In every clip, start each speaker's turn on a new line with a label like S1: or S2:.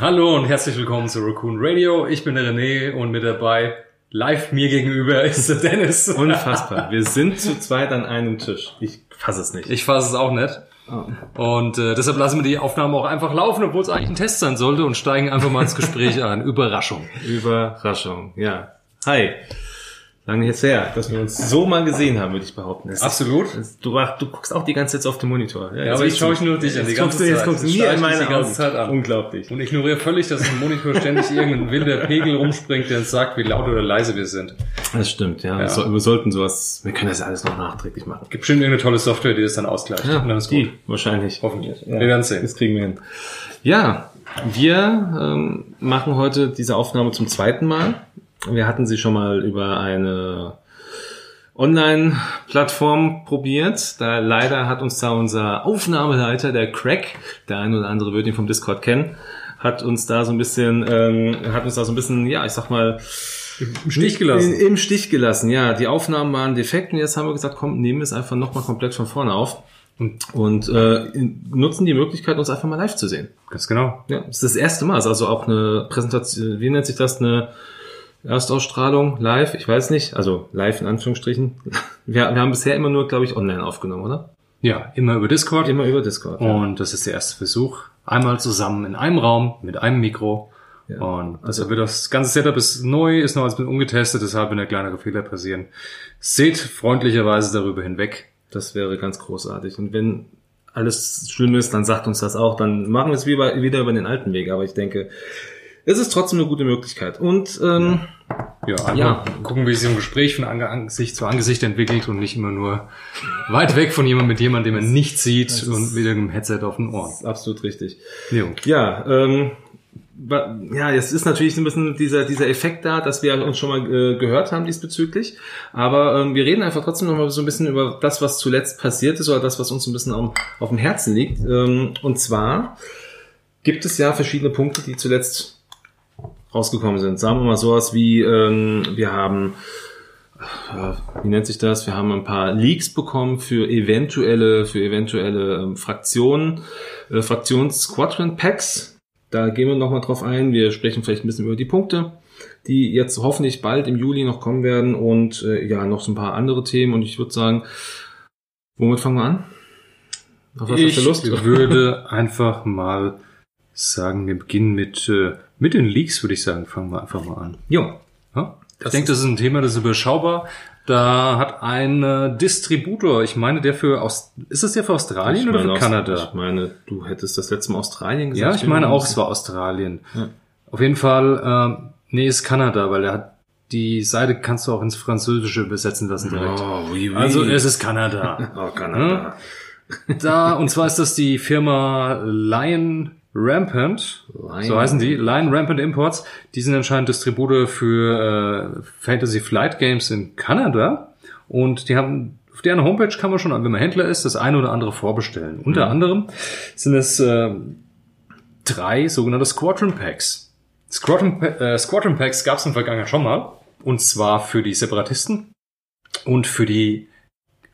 S1: Hallo und herzlich willkommen zu Raccoon Radio. Ich bin der René und mit dabei live mir gegenüber ist der Dennis.
S2: Unfassbar. Wir sind zu zweit an einem Tisch. Ich fasse es nicht.
S1: Ich fasse es auch nicht.
S2: Oh.
S1: Und äh, deshalb lassen wir die Aufnahme auch einfach laufen, obwohl es eigentlich ein Test sein sollte und steigen einfach mal ins Gespräch ein. Überraschung.
S2: Überraschung, ja. Hi. Lange jetzt her, dass wir uns so mal gesehen haben, würde ich behaupten. Es ist-
S1: Absolut.
S2: es- Du, mach- du guckst auch die ganze Zeit jetzt auf den Monitor.
S1: Ja, aber ich schaue ich nur dich an die
S2: jetzt
S1: ganze
S2: guckst du,
S1: Zeit.
S2: jetzt guckst du
S1: Jetzt
S2: nie
S1: starre
S2: in
S1: ich mich
S2: meine
S1: die ganze Zeit
S2: Augen.
S1: an.
S2: Unglaublich.
S1: Und ignoriere völlig, dass im Monitor ständig irgendein wilder Pegel rumspringt, der uns sagt, wie laut oder leise wir sind.
S2: Das stimmt, ja.
S1: Ja.
S2: Wir, so, wir sollten sowas, wir können das alles noch nachträglich machen.
S1: Gibt bestimmt irgendeine tolle Software, die das dann ausgleicht. und dann ist gut.
S2: Die, wahrscheinlich.
S1: Hoffentlich. Wir werden sehen.
S2: Das kriegen wir hin. Ja, wir ähm, machen heute diese Aufnahme zum zweiten Mal. Wir hatten sie schon mal über eine Online-Plattform probiert. Da leider hat uns da unser Aufnahmeleiter, der Crack, der ein oder andere wird ihn vom Discord kennen, hat uns da so ein bisschen, ähm, hat uns da so ein bisschen, ja, ich sag mal,
S1: Im Stich gelassen.
S2: in, Im Stich gelassen, ja. Die Aufnahmen waren defekt und jetzt haben wir gesagt, komm, nehmen wir es einfach nochmal komplett von vorne auf und, und äh, in- nutzen die Möglichkeit, uns einfach mal live zu sehen.
S1: Ganz genau.
S2: Ja, das ist das erste Mal. Es ist also auch eine Präsentation, wie nennt sich das, eine Erstausstrahlung live? Ich weiß nicht. Also live in Anführungsstrichen. Wir, wir haben bisher immer nur, glaube ich, online aufgenommen, oder?
S1: Ja, immer über Discord.
S2: Immer über Discord. ja.
S1: Und das ist der erste Versuch. Einmal zusammen in einem Raum mit einem Mikro.
S2: Ja.
S1: Und also wird das ganze Setup ist neu, ist noch ein bisschen ungetestet, deshalb wenn da kleinere Fehler passieren. Seht freundlicherweise darüber hinweg.
S2: Das wäre ganz großartig. Und wenn alles schlimm ist, dann sagt uns das auch. Dann machen wir es wie bei- wieder über den alten Weg. Aber ich denke, es ist trotzdem eine gute Möglichkeit. Und ähm,
S1: Ja, einfach
S2: Ja.
S1: gucken, wie sich ein Gespräch von Ange- Angesicht zu Angesicht entwickelt und nicht immer nur weit weg von jemandem mit jemandem, den man nicht sieht und mit irgendeinem Headset auf den Ohren.
S2: das ist Oh. absolut richtig.
S1: Jo.
S2: Ja, ähm, wa- ja, jetzt ist natürlich so ein bisschen dieser, dieser Effekt da, dass wir uns schon mal äh, gehört haben diesbezüglich. Aber ähm, wir reden einfach trotzdem noch mal so ein bisschen über das, was zuletzt passiert ist oder das, was uns so ein bisschen auf, auf dem Herzen liegt. Ähm, und zwar gibt es ja verschiedene Punkte, die zuletzt rausgekommen sind. Sagen wir mal sowas wie, ähm, wir haben, äh, wie nennt sich das? Wir haben ein paar Leaks bekommen für eventuelle, für eventuelle ähm, Fraktionen, äh, Fraktions-Squadron-Packs. Da gehen wir nochmal drauf ein. Wir sprechen vielleicht ein bisschen über die Punkte, die jetzt hoffentlich bald im Juli noch kommen werden und äh, ja, noch so ein paar andere Themen. Und ich würde sagen, womit fangen wir an? Auf was
S1: Ich
S2: hast du Lust?
S1: würde einfach mal sagen, wir beginnen mit, äh, mit den Leaks, würde ich sagen. Fangen wir einfach mal an.
S2: Jo.
S1: Ja? Ich denke, das ist ein Thema, das ist überschaubar. Da hat ein äh, Distributor, ich meine, der für aus, ist das der für Australien
S2: Ich
S1: oder
S2: meine
S1: für
S2: aus-
S1: Kanada?
S2: Ich meine, du hättest das letzte Mal Australien gesagt.
S1: ja, ich meine
S2: bin-
S1: auch, es war Australien.
S2: Ja.
S1: Auf jeden Fall, ähm, nee, ist Kanada, weil er hat die Seite kannst du auch ins Französische übersetzen lassen direkt.
S2: Oh, oui, oui.
S1: Also es ist Kanada.
S2: Oh, Kanada.
S1: da, und zwar ist das die Firma Lion Rampant.
S2: Lion-
S1: So heißen die. Lion Rampant Imports. Die sind anscheinend Distributor für äh, Fantasy Flight Games in Kanada. Und die haben, auf deren Homepage kann man schon, wenn man Händler ist, das eine oder andere vorbestellen. Unter anderem sind es äh, drei sogenannte Squadron Packs. Squadron, Pa- äh, Squadron Packs gab es in der Vergangenheit schon mal. Und zwar für die Separatisten und für die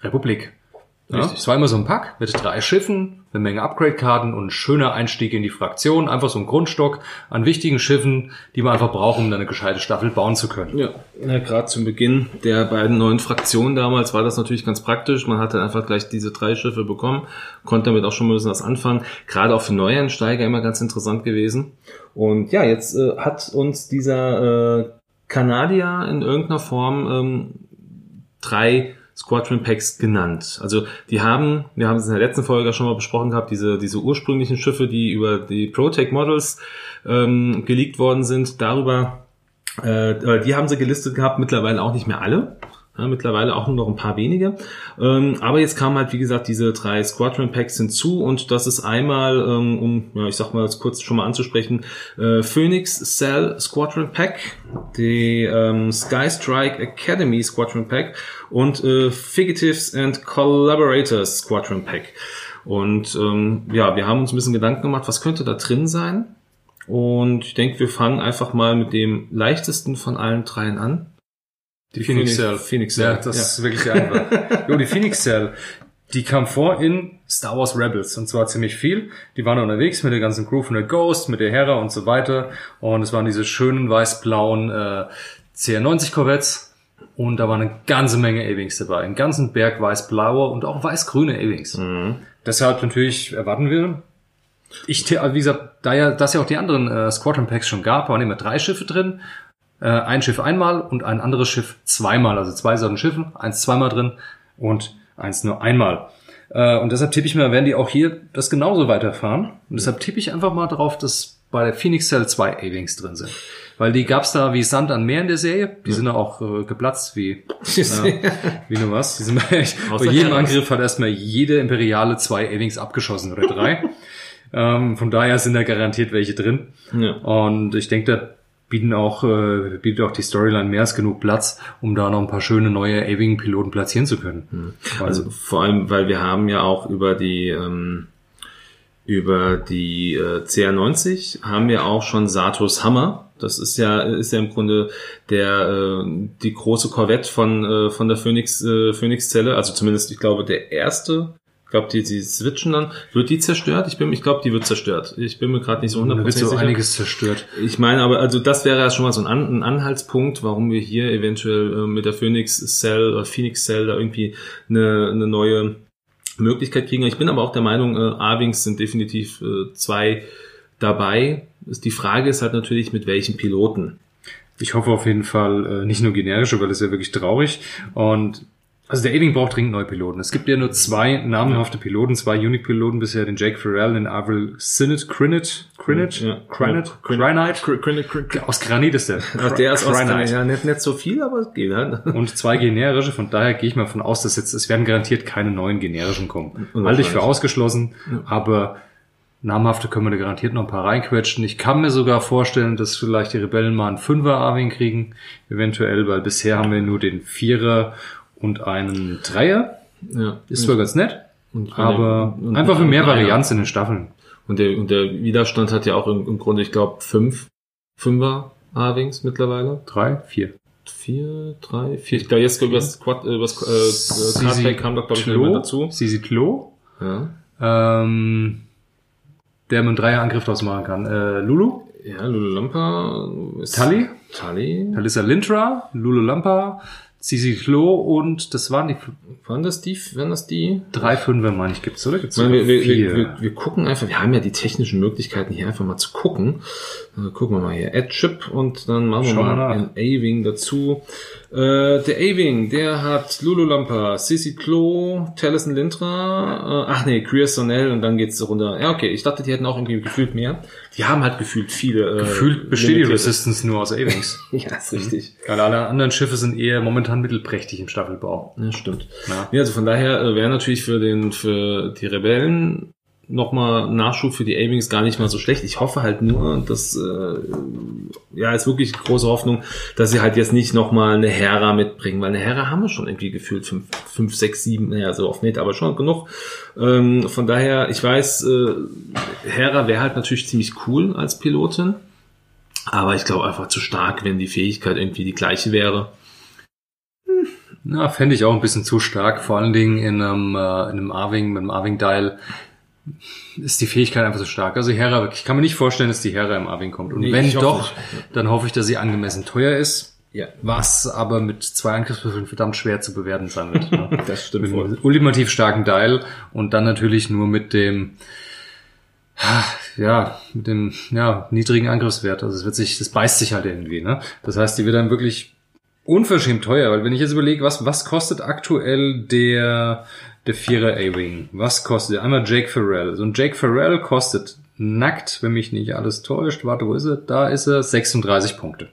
S1: Republik. Ja,
S2: Richtig.
S1: es war immer so ein Pack mit drei Schiffen, eine Menge Upgrade-Karten und ein schöner Einstieg in die Fraktion. Einfach so ein Grundstock an wichtigen Schiffen, die man einfach braucht, um dann eine gescheite Staffel bauen zu können.
S2: Ja, ja gerade zum Beginn der beiden neuen Fraktionen damals war das natürlich ganz praktisch. Man hatte einfach gleich diese drei Schiffe bekommen, konnte damit auch schon mal ein bisschen was anfangen. Gerade auch für Neuansteiger immer ganz interessant gewesen. Und ja, jetzt äh, hat uns dieser äh, Kanadier in irgendeiner Form ähm, drei Squadron Packs genannt. Also die haben, wir haben es in der letzten Folge schon mal besprochen gehabt, diese, diese ursprünglichen Schiffe, die über die ProTech Models ähm, geleakt worden sind, darüber, äh, äh, die haben sie gelistet gehabt, mittlerweile auch nicht mehr alle. Ja, mittlerweile auch nur noch ein paar wenige. Ähm, aber jetzt kamen halt, wie gesagt, diese drei Squadron Packs hinzu und das ist einmal, ähm, um, ja, ich sag mal jetzt kurz schon mal anzusprechen, äh, Phoenix Cell Squadron Pack, die ähm, Sky Strike Academy Squadron Pack und äh, Figitives and Collaborators Squadron Pack. Und ähm, ja, wir haben uns ein bisschen Gedanken gemacht, was könnte da drin sein? Und ich denke, wir fangen einfach mal mit dem leichtesten von allen dreien an.
S1: Die Phoenix Cell.
S2: Phoenix
S1: Ja,
S2: Cell.
S1: das ist wirklich einfach. Jo, die Phoenix Cell. Die kam vor in Star Wars Rebels und zwar ziemlich viel. Die waren unterwegs mit der ganzen Crew von der Ghost, mit der Hera und so weiter. Und es waren diese schönen weiß-blauen äh, CR90 Corvettes. Und da war eine ganze Menge Avings dabei. Einen ganzen Berg weiß-blaue und auch weiß-grüne Avings. Deshalb natürlich erwarten wir, ich, te- also wie gesagt, da ja, dass ja auch die anderen äh, Squadron Packs schon gab, waren immer drei Schiffe drin. Äh, ein Schiff einmal und ein anderes Schiff zweimal. Also zwei Sachen Schiffen, eins zweimal drin und eins nur einmal. Äh, und deshalb tippe ich mal, werden die auch hier das genauso weiterfahren. Und deshalb tippe ich einfach mal drauf, dass bei der Phoenix Cell zwei A-Wings drin sind. Weil die gab's da wie Sand an Meer in der Serie. Die sind ja auch äh, geplatzt wie, ja, wie nur was. Die sind bei, bei
S2: der
S1: jedem
S2: Kerne.
S1: Angriff hat erstmal jede Imperiale zwei A-Wings abgeschossen oder drei. Ähm, von daher sind da garantiert welche drin.
S2: Ja.
S1: Und ich denke, da bieten auch, äh, bietet auch die Storyline mehr als genug Platz, um da noch ein paar schöne neue A-Wing-Piloten platzieren zu können. Also,
S2: Also vor allem, weil wir haben ja auch über die ähm, über die äh, CR90 haben wir auch schon Satos Hammer. Das ist ja ist ja im Grunde der äh, die große Korvette von äh, von der Phoenix äh, Phoenix Zelle. Also zumindest ich glaube der erste. Ich glaube, die, die switchen dann. Wird die zerstört? Ich bin, ich glaube, die wird zerstört. Ich bin mir gerade nicht so
S1: da wird
S2: hundertprozentig
S1: so
S2: sicher.
S1: einiges zerstört.
S2: Ich meine, aber also das wäre ja schon mal so ein, An ein Anhaltspunkt, warum wir hier eventuell äh, mit der Phoenix Cell oder Phoenix Cell da irgendwie eine, eine neue Möglichkeit kriegen. Ich bin aber auch der Meinung, äh, A-Wings sind definitiv äh, zwei dabei. Ist- Die Frage ist halt natürlich, mit welchen Piloten.
S1: Ich hoffe auf jeden Fall äh, nicht nur generische, weil das ist ja wirklich traurig. Und also der A-Wing braucht dringend neue Piloten. Es gibt ja nur zwei namenhafte Piloten, zwei Unique-Piloten bisher, den Jake Farrell, den Avril Sinnett, Crinit, Crinit,
S2: Ja.
S1: Crinit,
S2: Ja.
S1: Crinite.
S2: Kr- Kr- Kr- Kr-
S1: Aus Granit ist der.
S2: Ach, der ist aus
S1: Crinite.
S2: ja, nicht, nicht so viel, aber es geht halt.
S1: und zwei generische. Von daher gehe ich mal von aus, dass jetzt es werden garantiert keine neuen generischen kommen.
S2: Unwahrscheinlich.
S1: Halte ich für ausgeschlossen, aber namhafte können wir da garantiert noch ein paar reinquetschen. Ich kann mir sogar vorstellen, dass vielleicht die Rebellen mal einen Fünfer Arwing kriegen, eventuell, weil bisher haben wir nur den Vierer und einen Dreier.
S2: Ja.
S1: Ist zwar ganz nett,
S2: Und-
S1: aber
S2: und-
S1: einfach für mehr
S2: und einer.
S1: Varianz in den Staffeln.
S2: Und der, und der Widerstand hat ja auch im, im Grunde, ich glaube, fünf, fünfer A-Wings mittlerweile.
S1: Drei, vier.
S2: Äh, vier, drei, vier. ne? Ich glaube, jetzt über das Quad, über das äh, Cardpack kam da, glaube ich, noch
S1: Tlo,
S2: jemand dazu.
S1: Sisi Tlo,
S2: Ja.
S1: ähm, der mit einem Dreierangriff draus machen kann. Äh, Lulu,
S2: Ja, Lululampa. ist-
S1: Tully,
S2: Tully.
S1: Talissa Lintra, Lulu Lampa, Cici Klo und das waren die f-
S2: Waren das die? Waren das die?
S1: drei Fünfer, meine ich, gibt's, oder? Gibt's
S2: Ich meine, wir, wir, wir,
S1: vier?
S2: wir, äh, wir gucken einfach, wir haben ja die technischen Möglichkeiten hier einfach mal zu gucken. Äh, gucken wir mal hier, Add Chip und dann machen wir
S1: Schauen wir
S2: mal
S1: nach.
S2: einen A-Wing dazu. Äh, der A-Wing, der hat Lulu Lampa, Sissy Klo, Talison Lintra, äh, ach nee, Greer Sonnell und dann geht's runter. Ja, okay, ich dachte, die hätten auch irgendwie gefühlt mehr. Die haben halt gefühlt viele. Äh,
S1: Gefühlt besteht die
S2: limitierte-
S1: Resistance nur aus Avings.
S2: Ja, ist richtig.
S1: Alle, alle anderen Schiffe sind eher momentan mittelprächtig im Staffelbau.
S2: Ja, stimmt.
S1: Ja.
S2: Ja, also von daher äh, wäre natürlich für den für die Rebellen nochmal Nachschub für die A-Wings gar nicht mal so schlecht. Ich hoffe halt nur, dass äh, ja ist wirklich große Hoffnung, dass sie halt jetzt nicht nochmal eine Hera mitbringen, weil eine Hera haben wir schon irgendwie gefühlt fünf, fünf sechs, sieben, naja, so oft nicht, aber schon genug. Ähm, von daher, ich weiß, äh, Hera wäre halt natürlich ziemlich cool als Pilotin, aber ich glaube einfach zu stark, wenn die Fähigkeit irgendwie die gleiche wäre.
S1: Na, fände ich auch ein bisschen zu stark. Vor allen Dingen in einem, äh, in einem Arving, mit einem Arving-Dial ist die Fähigkeit einfach so stark. Also Hera, ich kann mir nicht vorstellen, dass die Hera im Arving kommt. Und
S2: Nee,
S1: wenn
S2: ich hoffe
S1: doch, dann hoffe ich, dass sie angemessen teuer ist.
S2: Ja.
S1: Was aber mit zwei Angriffswürfeln verdammt schwer zu bewerten sein wird. ne?
S2: Das
S1: mit
S2: stimmt
S1: einem ultimativ starken Dial und dann natürlich nur mit dem ja, mit dem ja, niedrigen Angriffswert. Also es wird sich, das beißt sich halt irgendwie, ne? Das heißt, die wird dann wirklich unverschämt teuer, weil wenn ich jetzt überlege, was, was kostet aktuell der, der Vierer A-Wing? Was kostet der? Einmal Jake Farrell. So ein Jake Farrell kostet nackt, wenn mich nicht alles täuscht. Warte, wo ist er? Da ist er. 36 Punkte.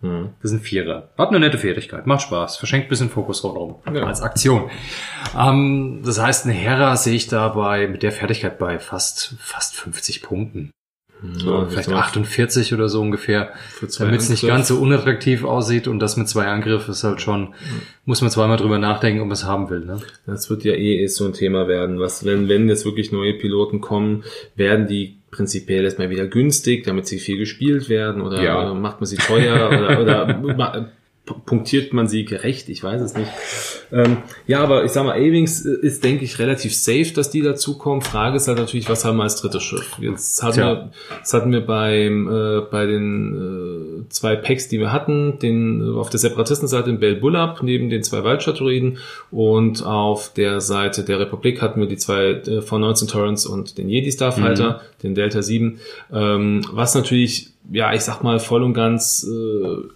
S2: Mhm.
S1: Das sind Vierer. Hat eine nette Fertigkeit, macht Spaß, verschenkt ein bisschen Fokus rundherum
S2: Ja.
S1: als Aktion. Ähm, das heißt, eine Hera sehe ich dabei mit der Fertigkeit bei fast fast 50 Punkten. So,
S2: Ja,
S1: vielleicht
S2: ich glaub,
S1: 48 oder so ungefähr,
S2: für zwei
S1: damit es nicht
S2: Angriffe.
S1: ganz so unattraktiv aussieht und das mit zwei Angriffen ist halt schon, muss man zweimal drüber nachdenken, ob man es haben will. Ne?
S2: Das wird ja eh eh so ein Thema werden. Was, wenn, wenn jetzt wirklich neue Piloten kommen, werden die prinzipiell erstmal wieder günstig, damit sie viel gespielt werden oder,
S1: Ja.
S2: oder macht man sie teuer oder, oder ma- punktiert man sie gerecht? Ich weiß es nicht. Ähm, ja, aber ich sag mal, Avings ist, denke ich, relativ safe, dass die dazukommen. Frage ist halt natürlich, was haben wir als drittes Schiff? Jetzt hatten,
S1: Tja.
S2: wir, das hatten wir beim, äh, bei den äh, zwei Packs, die wir hatten, den, äh, auf der Separatistenseite in Bell Bullab, neben den zwei Waldschaturoiden und auf der Seite der Republik hatten wir die zwei äh, V19 Torrents und den Jedi Starfighter, den Delta 7, ähm, was natürlich, ja, ich sag mal, voll und ganz äh,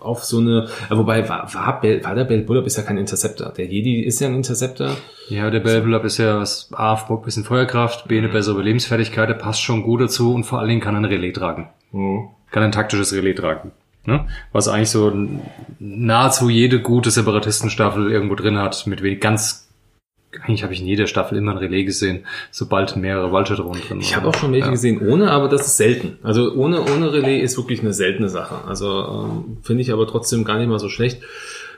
S2: auf so eine, ja, wobei war, war, Bell, war der Bell Bullab ist ja kein Interceptor. Der Jedi ist ja ein Interceptor.
S1: Ja, der Bellblab ist ja was, A, ein bisschen Feuerkraft, B, eine
S2: Mhm.
S1: bessere Überlebensfertigkeit, der passt schon gut dazu und vor allen Dingen kann er ein Relais tragen. Kann ein taktisches Relais tragen. Ne? Was eigentlich so n- nahezu jede gute Separatistenstaffel irgendwo drin hat, mit wenig ganz eigentlich habe ich in jeder Staffel immer ein Relais gesehen, sobald mehrere Waldschadronen drin
S2: Ich habe auch schon welche
S1: Ja.
S2: gesehen ohne, aber das ist selten. Also ohne, ohne Relais ist wirklich eine seltene Sache. Also ähm, finde ich aber trotzdem gar nicht mal so schlecht.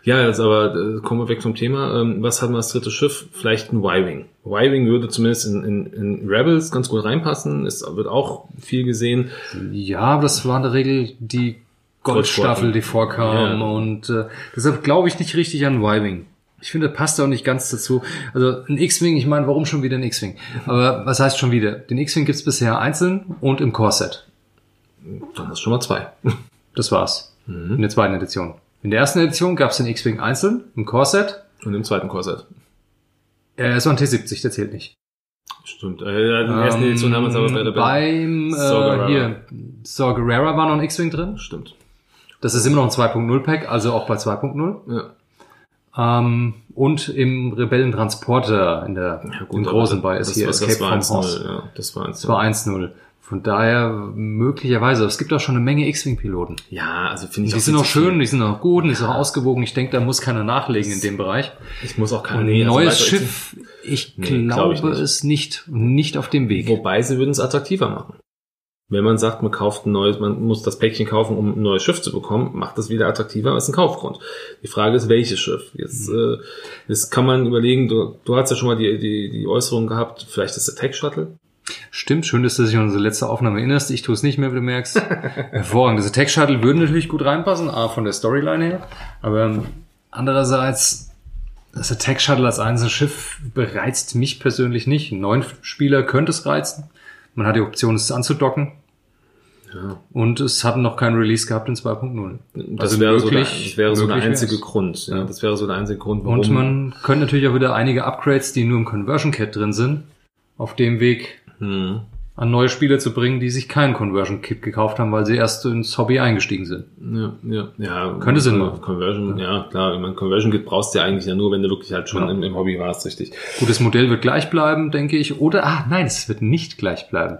S2: Ja, jetzt aber äh, kommen wir weg vom Thema. Ähm, was haben wir als drittes Schiff? Vielleicht ein Y-Wing. Y-Wing würde zumindest in, in, in Rebels ganz gut reinpassen. Es wird auch viel gesehen.
S1: Ja, aber das war in der Regel die Goldstaffel, die vorkam.
S2: Ja.
S1: Und äh, deshalb glaube ich nicht richtig an Y-Wing. Ich finde, passt auch nicht ganz dazu. Also ein X-Wing, ich meine, warum schon wieder ein X-Wing? Aber was heißt schon wieder? Den X-Wing gibt's bisher einzeln und im Core-Set.
S2: Dann hast du schon mal zwei. Mhm.
S1: Das war's. In der zweiten Edition. In der ersten Edition gab's den X-Wing einzeln, im Core-Set.
S2: Und im zweiten Korsett.
S1: Er ist ein T70, der zählt nicht.
S2: Stimmt. Äh, in der ersten Edition
S1: Ähm,
S2: damals aber bei der
S1: beim
S2: Sorgerera.
S1: äh, hier, Sorgerera war noch ein X-Wing drin.
S2: Stimmt.
S1: Das ist immer noch ein 2.0-Pack, also auch bei 2.0.
S2: Ja.
S1: Ähm, und im Rebellentransporter in der
S2: Ja, gut,
S1: im
S2: aber
S1: großen
S2: das-
S1: bei ist
S2: das
S1: hier
S2: war-
S1: Escape
S2: das war
S1: from
S2: 1-0,
S1: Hoss.
S2: Ja, das war 1
S1: Das war 1-0. Von daher möglicherweise, aber es gibt auch schon eine Menge X-Wing-Piloten.
S2: Ja, also finde ich
S1: Die
S2: auch
S1: sind
S2: viel
S1: auch
S2: zu viel.
S1: schön, die sind auch gut, und die sind auch ausgewogen. Ich denke, da muss keiner nachlegen in dem Bereich.
S2: Ich muss auch
S1: Ein
S2: kein nee, also
S1: neues
S2: weiter-
S1: Schiff, ich
S2: Nee, glaub
S1: glaube
S2: ich nicht.
S1: es nicht, nicht auf dem Weg.
S2: Wobei sie würden es attraktiver machen. Wenn man sagt, man kauft ein neues, man muss das Päckchen kaufen, um ein neues Schiff zu bekommen, macht das wieder attraktiver, aber ist ein Kaufgrund. Die Frage ist, welches Schiff? Jetzt,
S1: Mhm.
S2: äh, jetzt kann man überlegen, du, du hast ja schon mal die, die, die Äußerung gehabt, vielleicht das Attack Shuttle.
S1: Stimmt, schön, dass du dich an unsere letzte Aufnahme erinnerst. Ich tue es nicht mehr, wie du merkst. Hervorragend. Diese Tech Shuttle würden natürlich gut reinpassen, A, von der Storyline her. Aber ähm, andererseits, das Attack Shuttle als einzelnes Schiff bereizt mich persönlich nicht. Ein neun Spieler könnte es reizen. Man hat die Option, es anzudocken.
S2: Ja.
S1: Und es hat noch keinen Release gehabt in 2.0.
S2: Das
S1: Also
S2: wäre, so, der,
S1: möglich-
S2: das wäre so der
S1: möglich
S2: einzige
S1: wär's.
S2: Grund. Ja, das wäre so der einzige Grund, warum.
S1: Und man könnte natürlich auch wieder einige Upgrades, die nur im Conversion Kit drin sind, auf dem Weg
S2: Hm.
S1: an neue Spieler zu bringen, die sich kein Conversion Kit gekauft haben, weil sie erst ins Hobby eingestiegen sind.
S2: Ja, ja, ja.
S1: Könnte Sinn machen.
S2: Conversion, ja, klar. Ich meine, Conversion Git brauchst du ja eigentlich ja nur, wenn du wirklich halt schon
S1: Ja.
S2: im, im Hobby warst, richtig.
S1: Gut, das Modell wird gleich bleiben, denke ich. Oder, ah, nein, es wird nicht gleich bleiben.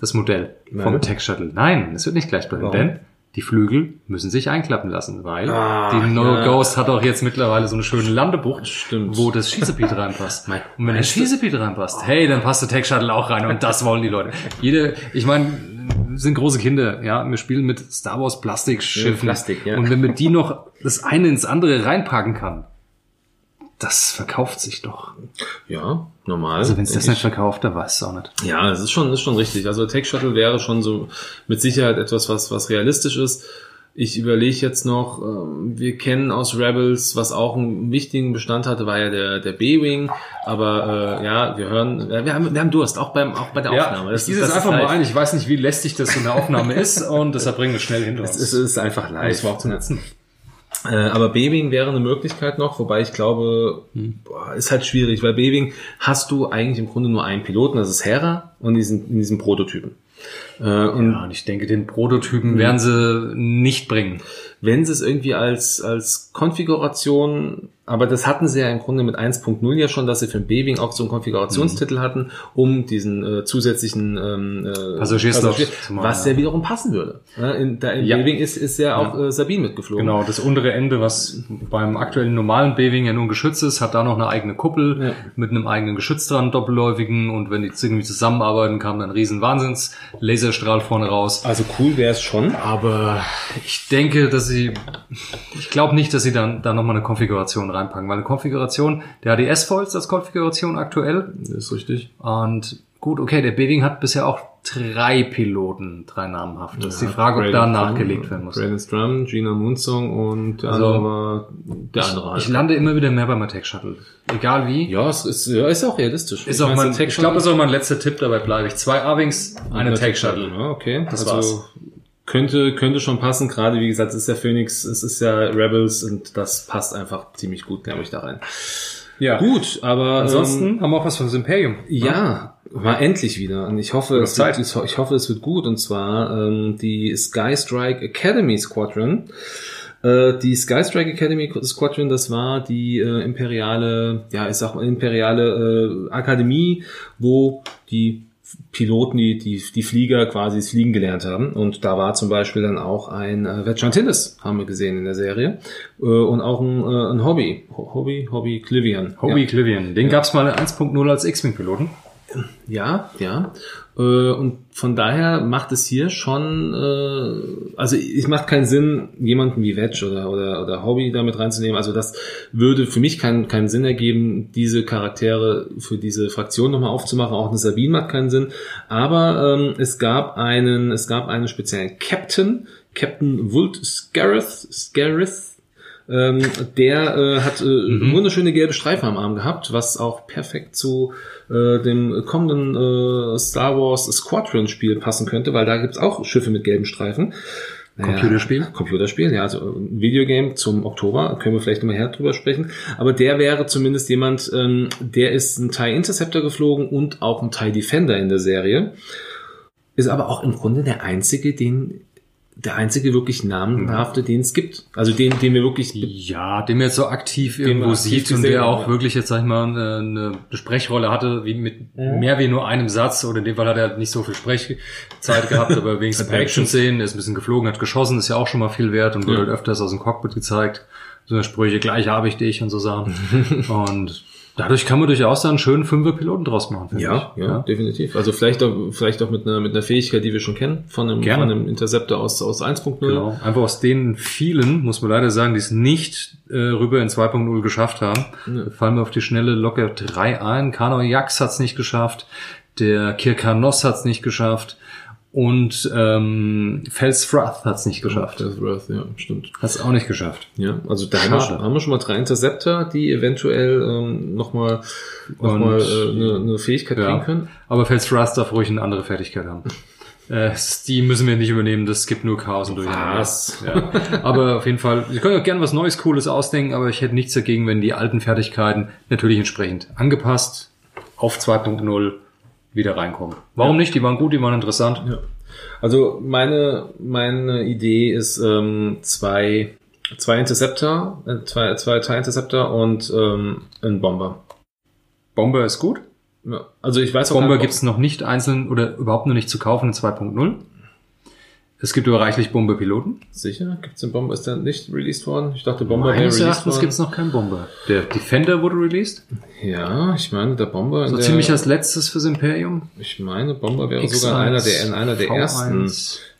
S1: Das Modell vom
S2: Nein. ne?
S1: Tech Shuttle. Nein, es wird nicht gleich bleiben,
S2: Warum?
S1: denn die Flügel müssen sich einklappen lassen, weil
S2: Ah,
S1: die No
S2: ja.
S1: Ghost hat auch jetzt mittlerweile so eine schöne Landebucht,
S2: Stimmt.
S1: wo das Schießebeet reinpasst.
S2: Mein-
S1: Und wenn der
S2: meinst du-
S1: Schießebeet reinpasst, hey, dann passt der Tech Shuttle auch rein und das wollen die Leute. Jede, ich meine, wir sind große Kinder, ja, wir spielen mit Star Wars Plastikschiffen.
S2: Ja, Plastik, ja.
S1: Und wenn man die noch das eine ins andere reinpacken kann, das verkauft sich doch.
S2: Ja, normal.
S1: Also wenn es das
S2: Ich-
S1: nicht verkauft, dann weiß es auch nicht.
S2: Ja, es ist schon, ist schon richtig. Also Tech Shuttle wäre schon so mit Sicherheit etwas, was, was realistisch ist. Ich überlege jetzt noch, ähm, wir kennen aus Rebels, was auch einen wichtigen Bestand hatte, war ja der, der B-Wing. Aber äh, ja, wir hören, ja, wir haben, wir haben Durst, auch beim, auch bei der Aufnahme.
S1: ich gieße es einfach mal
S2: live.
S1: ein. Ich weiß nicht, wie lästig das in der Aufnahme ist und deshalb bringen wir es schnell hinter uns.
S2: Es ist, es ist einfach live.
S1: das war auch zum letzten.
S2: Äh, aber B-Wing wäre eine Möglichkeit noch, wobei ich glaube,
S1: Hm.
S2: boah, ist halt schwierig, weil B-Wing hast du eigentlich im Grunde nur einen Piloten, das ist Hera und diesen, in diesem Prototypen. Äh, und
S1: Ja, und ich denke, den
S2: Mhm.
S1: Prototypen werden sie nicht bringen.
S2: wenn sie es irgendwie als, als Konfiguration, aber das hatten sie ja im Grunde mit 1.0 ja schon, dass sie für den B-Wing auch so einen
S1: Mhm.
S2: Konfigurationstitel hatten, um diesen äh, zusätzlichen ähm, äh,
S1: Passagierslot zu machen,
S2: was
S1: ja.
S2: ja wiederum passen würde. Ne, in, da im
S1: Ja.
S2: B-Wing ist, ist ja auch
S1: Ja.
S2: Äh, Sabine mitgeflogen.
S1: Genau, das untere Ende, was beim aktuellen normalen B-Wing ja nun geschützt ist, hat da noch eine eigene Kuppel
S2: Ja.
S1: mit einem eigenen Geschütz dran, doppelläufigen. Und wenn die jetzt irgendwie zusammenarbeiten, kam dann ein riesen Wahnsinns-Laserstrahl vorne raus.
S2: Also cool wäre es schon.
S1: Aber ich denke, dass sie, ich glaube nicht, dass sie dann da nochmal eine Konfiguration reinpacken, weil eine Konfiguration, der HDS-Foils als Konfiguration aktuell
S2: Das ist äh, richtig.
S1: und Gut, okay, der Beding hat bisher auch drei Piloten, drei namenhaft. Das ist die
S2: Ja,
S1: Frage, ob
S2: Brandon
S1: da
S2: Thrum,
S1: nachgelegt werden muss.
S2: Brandon Strum, Gina Moonsong und der
S1: Also,
S2: andere war der andere
S1: Ich
S2: halt.
S1: lande immer wieder mehr beim Attack Shuttle. Egal wie.
S2: Ja, es ist, ja, ist auch realistisch.
S1: Ist auch
S2: meine,
S1: mein,
S2: Attack
S1: ich glaube, das
S2: Shuttle-
S1: ist auch mein letzter Tipp, dabei bleibe ich. Zwei A-Wings, eine
S2: Ja,
S1: Tech Shuttle. ne?
S2: Ja, okay.
S1: Das war's.
S2: Könnte, könnte schon passen, gerade wie gesagt, es ist ja Phoenix, es ist ja Rebels und das passt einfach ziemlich gut, glaube ich, da rein.
S1: Ja. Gut. ähm,
S2: Gut, aber
S1: Ansonsten haben wir auch was von das Imperium.
S2: Ja, mal endlich wieder. Und ich hoffe,
S1: Oder
S2: es wird,
S1: Zeit.
S2: ich ho- ich hoffe, es wird gut. Und zwar ähm, die Sky Strike Academy Squadron. Äh, die Sky Strike Academy Squadron, das war die äh, imperiale, ja, ich sag mal, imperiale äh, Akademie, wo die Piloten, die, die, die Flieger quasi das Fliegen gelernt haben. Und da war zum Beispiel dann auch ein äh, Vetchantilis, haben wir gesehen in der Serie. Äh, und auch ein, äh, ein Hobby. Ho- Hobby, Hobby Clivian.
S1: Hobie Clivian. Den gab's mal in 1.0 als X-Wing-Piloten.
S2: Ja, ja. Äh, Und von daher macht es hier schon, äh, also es macht keinen Sinn, jemanden wie Wedge oder, oder, oder Hobby damit reinzunehmen. Also das würde für mich keinen, keinen Sinn ergeben, diese Charaktere für diese Fraktion nochmal aufzumachen. Auch eine Sabine macht keinen Sinn. Aber ähm, es gab einen, es gab einen speziellen Captain, Captain Wult Scareth, Scareth, ähm, der äh, hat äh,
S1: Mhm.
S2: wunderschöne gelbe Streifen am Arm gehabt, was auch perfekt zu äh, dem kommenden äh, Star Wars Squadron Spiel passen könnte, weil da gibt's auch Schiffe mit gelben Streifen. Naja,
S1: Computerspiel?
S2: Computerspiel, ja, also ein Videogame zum Oktober, können wir vielleicht nochmal her drüber sprechen. Aber der wäre zumindest jemand, ähm, der ist ein TIE Interceptor geflogen und auch ein TIE Defender in der Serie. Ist aber auch im Grunde der einzige, den der einzige wirklich namenhafte, den es gibt. Also den, den wir wirklich
S1: Mhm. Ja, den man jetzt so aktiv
S2: man
S1: irgendwo
S2: aktiv
S1: sieht und
S2: gesehen
S1: der
S2: hat,
S1: auch
S2: ja.
S1: wirklich jetzt, sag ich mal, eine, eine Sprechrolle hatte, wie mit
S2: Mhm.
S1: mehr wie nur einem Satz. Oder in dem Fall hat er halt nicht so viel Sprechzeit gehabt, aber wenigstens bei Action-Szenen, er ist ein bisschen geflogen, hat geschossen, ist ja auch schon mal viel wert und wird
S2: Ja.
S1: halt öfters aus dem Cockpit gezeigt. So eine Sprüche, gleich habe ich dich und so Sachen. und dadurch kann man durchaus da einen schönen Fünfer-Piloten draus machen, finde
S2: Ja,
S1: ich.
S2: ja, definitiv. Also vielleicht auch, vielleicht auch mit einer, mit einer Fähigkeit, die wir schon kennen, von einem,
S1: Gerne.
S2: von einem Interceptor aus, aus 1.0.
S1: Genau. Einfach aus den vielen, muss man leider sagen, die es nicht äh, rüber in 2.0 geschafft haben,
S2: Ja.
S1: fallen mir auf die schnelle locker drei ein. Kano Jax hat es nicht geschafft, der Kirkanos hat es nicht geschafft und ähm, Felsfrath hat es nicht geschafft.
S2: Das Worth, ja, stimmt.
S1: Hat es auch nicht geschafft.
S2: Ja, also da haben wir, schon,
S1: Schade.
S2: haben wir schon mal drei Interceptor, die eventuell ähm, nochmal noch
S1: Und-
S2: mal, äh, eine, eine Fähigkeit
S1: Ja.
S2: kriegen können.
S1: Aber Felsfrath darf ruhig eine andere Fertigkeit haben. Äh, die müssen wir nicht übernehmen, das gibt nur Chaos und Durcheinander.
S2: Was?
S1: Ja. Aber auf jeden Fall, Sie können auch gerne was Neues, Cooles ausdenken, aber ich hätte nichts dagegen, wenn die alten Fertigkeiten natürlich entsprechend angepasst auf 2.0 wieder reinkommen. Warum nicht? Die waren gut, die waren interessant.
S2: Ja. Also meine, meine Idee ist ähm, zwei, zwei Interceptor, äh, zwei, zwei TIE Interceptor und ähm, ein Bomber.
S1: Bomber ist gut.
S2: Ja. Also ich weiß auch
S1: Bomber
S2: gar-
S1: gibt es noch nicht einzeln oder überhaupt noch nicht zu kaufen in 2.0. Es gibt aber reichlich Bomberpiloten.
S2: Sicher? Gibt's den Bomber? Ist der nicht released worden? Ich dachte, Bomber wäre
S1: Meines
S2: released
S1: Erachtens
S2: worden.
S1: gibt es noch keinen Bomber. Der Defender wurde released.
S2: Ja, ich meine, der Bomber. in
S1: So
S2: Also der,
S1: ziemlich als letztes fürs Imperium.
S2: ich meine, Bomber wäre
S1: X1,
S2: sogar einer der, in einer der
S1: V1.
S2: ersten,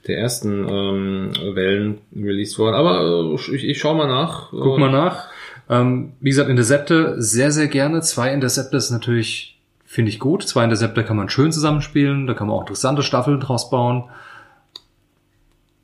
S2: der ersten ähm, Wellen released worden. Aber äh, ich, ich schau mal nach.
S1: Guck
S2: Äh,
S1: mal nach. Ähm, wie gesagt, Interceptor sehr, sehr gerne. Zwei Interceptor ist natürlich, finde ich gut. Zwei Interceptor kann man schön zusammenspielen. Da kann man auch interessante Staffeln draus bauen.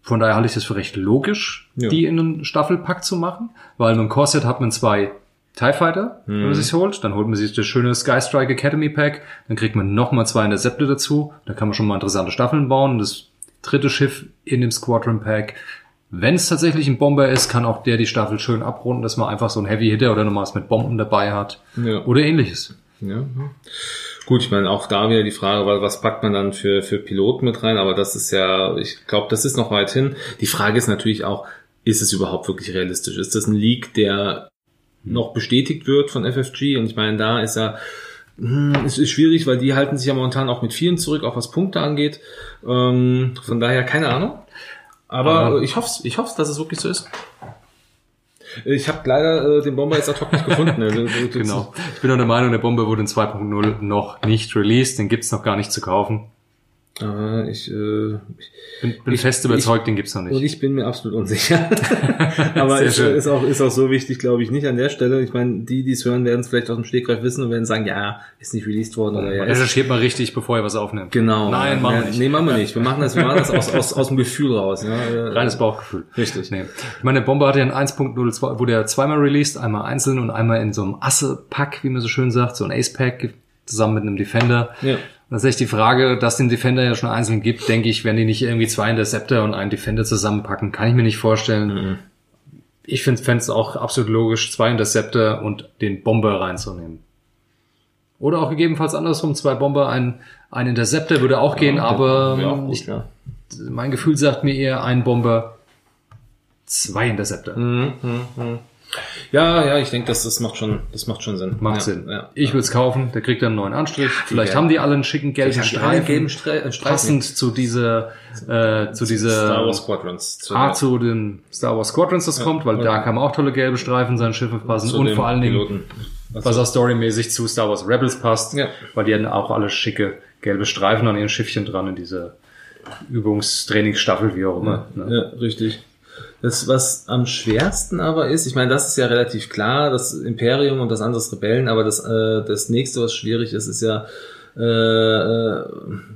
S1: Von daher halte ich das für recht logisch,
S2: Ja.
S1: die in einen Staffelpack zu machen. Weil mit dem Corset hat man zwei TIE Fighter, wenn man
S2: Mhm.
S1: sich holt. Dann holt man sich das schöne Sky Strike Academy Pack. Dann kriegt man nochmal zwei Interceptor dazu. Da kann man schon mal interessante Staffeln bauen. Und das dritte Schiff in dem Squadron Pack. Wenn es tatsächlich ein Bomber ist, kann auch der die Staffel schön abrunden, dass man einfach so einen Heavy Hitter oder nochmal was mit Bomben dabei hat.
S2: Ja.
S1: Oder ähnliches.
S2: Ja. Gut, ich meine, auch da wieder die Frage, wa- was packt man dann für, für Piloten mit rein? Aber das ist ja, ich glaube, das ist noch weit hin. Die Frage ist natürlich auch, ist es überhaupt wirklich realistisch? Ist das ein Leak, der noch bestätigt wird von FFG? Und ich meine, da ist ja, hm, es ist schwierig, weil die halten sich ja momentan auch mit vielen zurück, auch was Punkte angeht. Ähm, von daher, keine Ahnung. Aber
S1: Aber-
S2: äh, ich hoffe, ich hoffe, dass es wirklich so ist. Ich habe leider äh, den Bomber jetzt ad hoc nicht gefunden. Also,
S1: Genau. Ich bin auch der Meinung, der Bomber wurde in 2.0 noch nicht released. Den gibt's noch gar nicht zu kaufen.
S2: Ah, ich, äh, ich
S1: Bin, bin
S2: Ich-
S1: fest überzeugt, den gibt's noch
S2: und
S1: nicht.
S2: ich bin mir absolut unsicher. Aber
S1: Sehr
S2: ist,
S1: schön.
S2: ist, auch, ist auch so wichtig, glaube ich, nicht an der Stelle. Ich meine, die, die es hören, werden es vielleicht aus dem Stegreif wissen und werden sagen, ja, ist nicht released worden oder ja. Ist.
S1: Recherchiert mal richtig, bevor ihr was aufnimmt.
S2: Genau.
S1: Nein, machen wir nicht.
S2: Nee, machen wir nicht. Wir machen das, wir machen das aus, aus, aus dem Gefühl raus. Ja. Äh,
S1: Reines Bauchgefühl.
S2: Richtig.
S1: Nee. Ich meine, der Bomber hatte ja ein 1.02, wurde ja zweimal released, einmal einzeln und einmal in so einem Asse-Pack, wie man so schön sagt, so ein Ace-Pack zusammen mit einem Defender.
S2: Ja.
S1: Und tatsächlich die Frage, dass den Defender ja schon einzeln gibt, denke ich, wenn die nicht irgendwie zwei Interceptor und einen Defender zusammenpacken, kann ich mir nicht vorstellen.
S2: Mhm.
S1: Ich finde es auch absolut logisch, zwei Interceptor und den Bomber reinzunehmen. Oder auch gegebenenfalls andersrum, zwei Bomber, ein, ein Interceptor würde auch gehen, aber ähm,
S2: Ja, auch gut,
S1: ich
S2: ja.
S1: mein Gefühl sagt mir eher ein Bomber, zwei Interceptor.
S2: Hm, ja, ja, ich denke, das, das macht schon, das macht schon Sinn.
S1: Macht
S2: ja,
S1: Sinn.
S2: Ja.
S1: ich will's kaufen, der kriegt dann einen neuen Anstrich. Vielleicht
S2: geil.
S1: haben die alle einen schicken gelben
S2: Vielleicht haben die alle
S1: Streifen.
S2: gelben Stre- äh, Streifen.
S1: Passend zu dieser, äh, zu dieser,
S2: Star Wars Squadrons. Zu
S1: A,
S2: der-
S1: zu den Star Wars Squadrons, das kommt, weil da kamen auch tolle gelbe Streifen seinen Schiffen passen
S2: zu
S1: und
S2: dem
S1: vor allen Dingen,
S2: Piloten.
S1: was auch storymäßig zu Star Wars Rebels passt,
S2: Ja.
S1: weil die hatten auch alle schicke gelbe Streifen an ihren Schiffchen dran in dieser Übungstrainingsstaffel, wie auch immer. ne?
S2: Ja, Äh, richtig. Das, was am schwersten aber ist, ich meine, das ist ja relativ klar, das Imperium und das andere ist Rebellen, aber das, äh, das nächste, was schwierig ist, ist ja, äh, äh,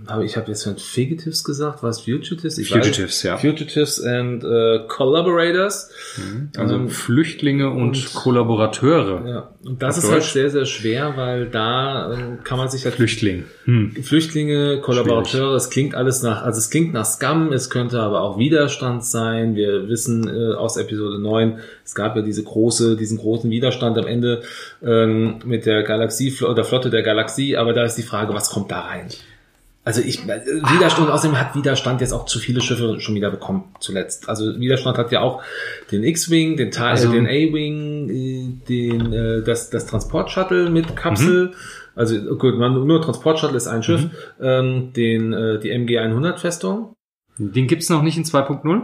S2: aber ich habe jetzt von Fugitives gesagt, was Fugitives? Ich
S1: Fugitives, ja.
S2: Fugitives and äh, Collaborators.
S1: Also
S2: Ähm,
S1: Flüchtlinge und, Kollaborateure.
S2: ja. Und das
S1: Auf
S2: ist halt
S1: Deutsch?
S2: sehr, sehr schwer, weil da äh, kann man sich halt
S1: Flüchtling. Hm.
S2: Flüchtlinge, Kollaborateure, es klingt alles nach, also es klingt nach Scam, es könnte aber auch Widerstand sein. Wir wissen äh, aus Episode 9, es gab ja diese große, diesen großen Widerstand am Ende ähm, mit der Galaxie oder Flotte der Galaxie, aber da ist die Frage, was kommt da rein? Also ich äh, Widerstand, und außerdem hat Widerstand jetzt auch zu viele Schiffe schon wieder bekommen zuletzt. Also Widerstand hat ja auch den X-Wing, den, Ta-
S1: Also-
S2: äh, den A-Wing, äh, den äh, das das Transportshuttle mit Kapsel. Also gut, man, nur Transportshuttle ist ein Schiff,
S1: Mhm.
S2: ähm, den äh, die MG 100 Festung.
S1: Mhm. Den gibt's noch nicht in 2.0.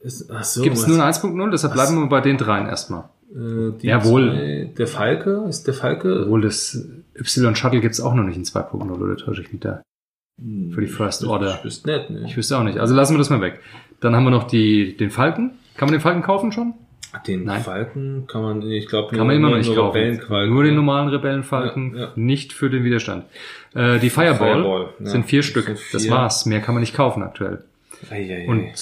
S2: Ist, ach so,
S1: Gibt es
S2: was-
S1: nur in 1.0, deshalb
S2: Was?
S1: bleiben wir bei den dreien erstmal.
S2: äh, die
S1: Jawohl.
S2: zwei- der Falke ist der Falke
S1: Obwohl das Y-Shuttle gibt es auch noch nicht in 2.0, oder täusche ich mich da?
S2: für
S1: die First Order.
S2: Hm, Ich wüsste nicht, ne?
S1: Ich wüsste auch nicht. Also lassen wir das mal weg. Dann haben wir noch die, den Falken. Kann man den Falken kaufen schon?
S2: Den
S1: Nein.
S2: Falken kann man, ich glaube,
S1: Kann man immer noch nicht kaufen. Nur den normalen Rebellenfalken,
S2: Ja, ja.
S1: nicht für den Widerstand. Äh, die Fireball,
S2: Fireball, ja.
S1: sind vier Stück.
S2: Sind vier.
S1: Das war's. Mehr kann man nicht kaufen aktuell.
S2: Eieiei.
S1: Und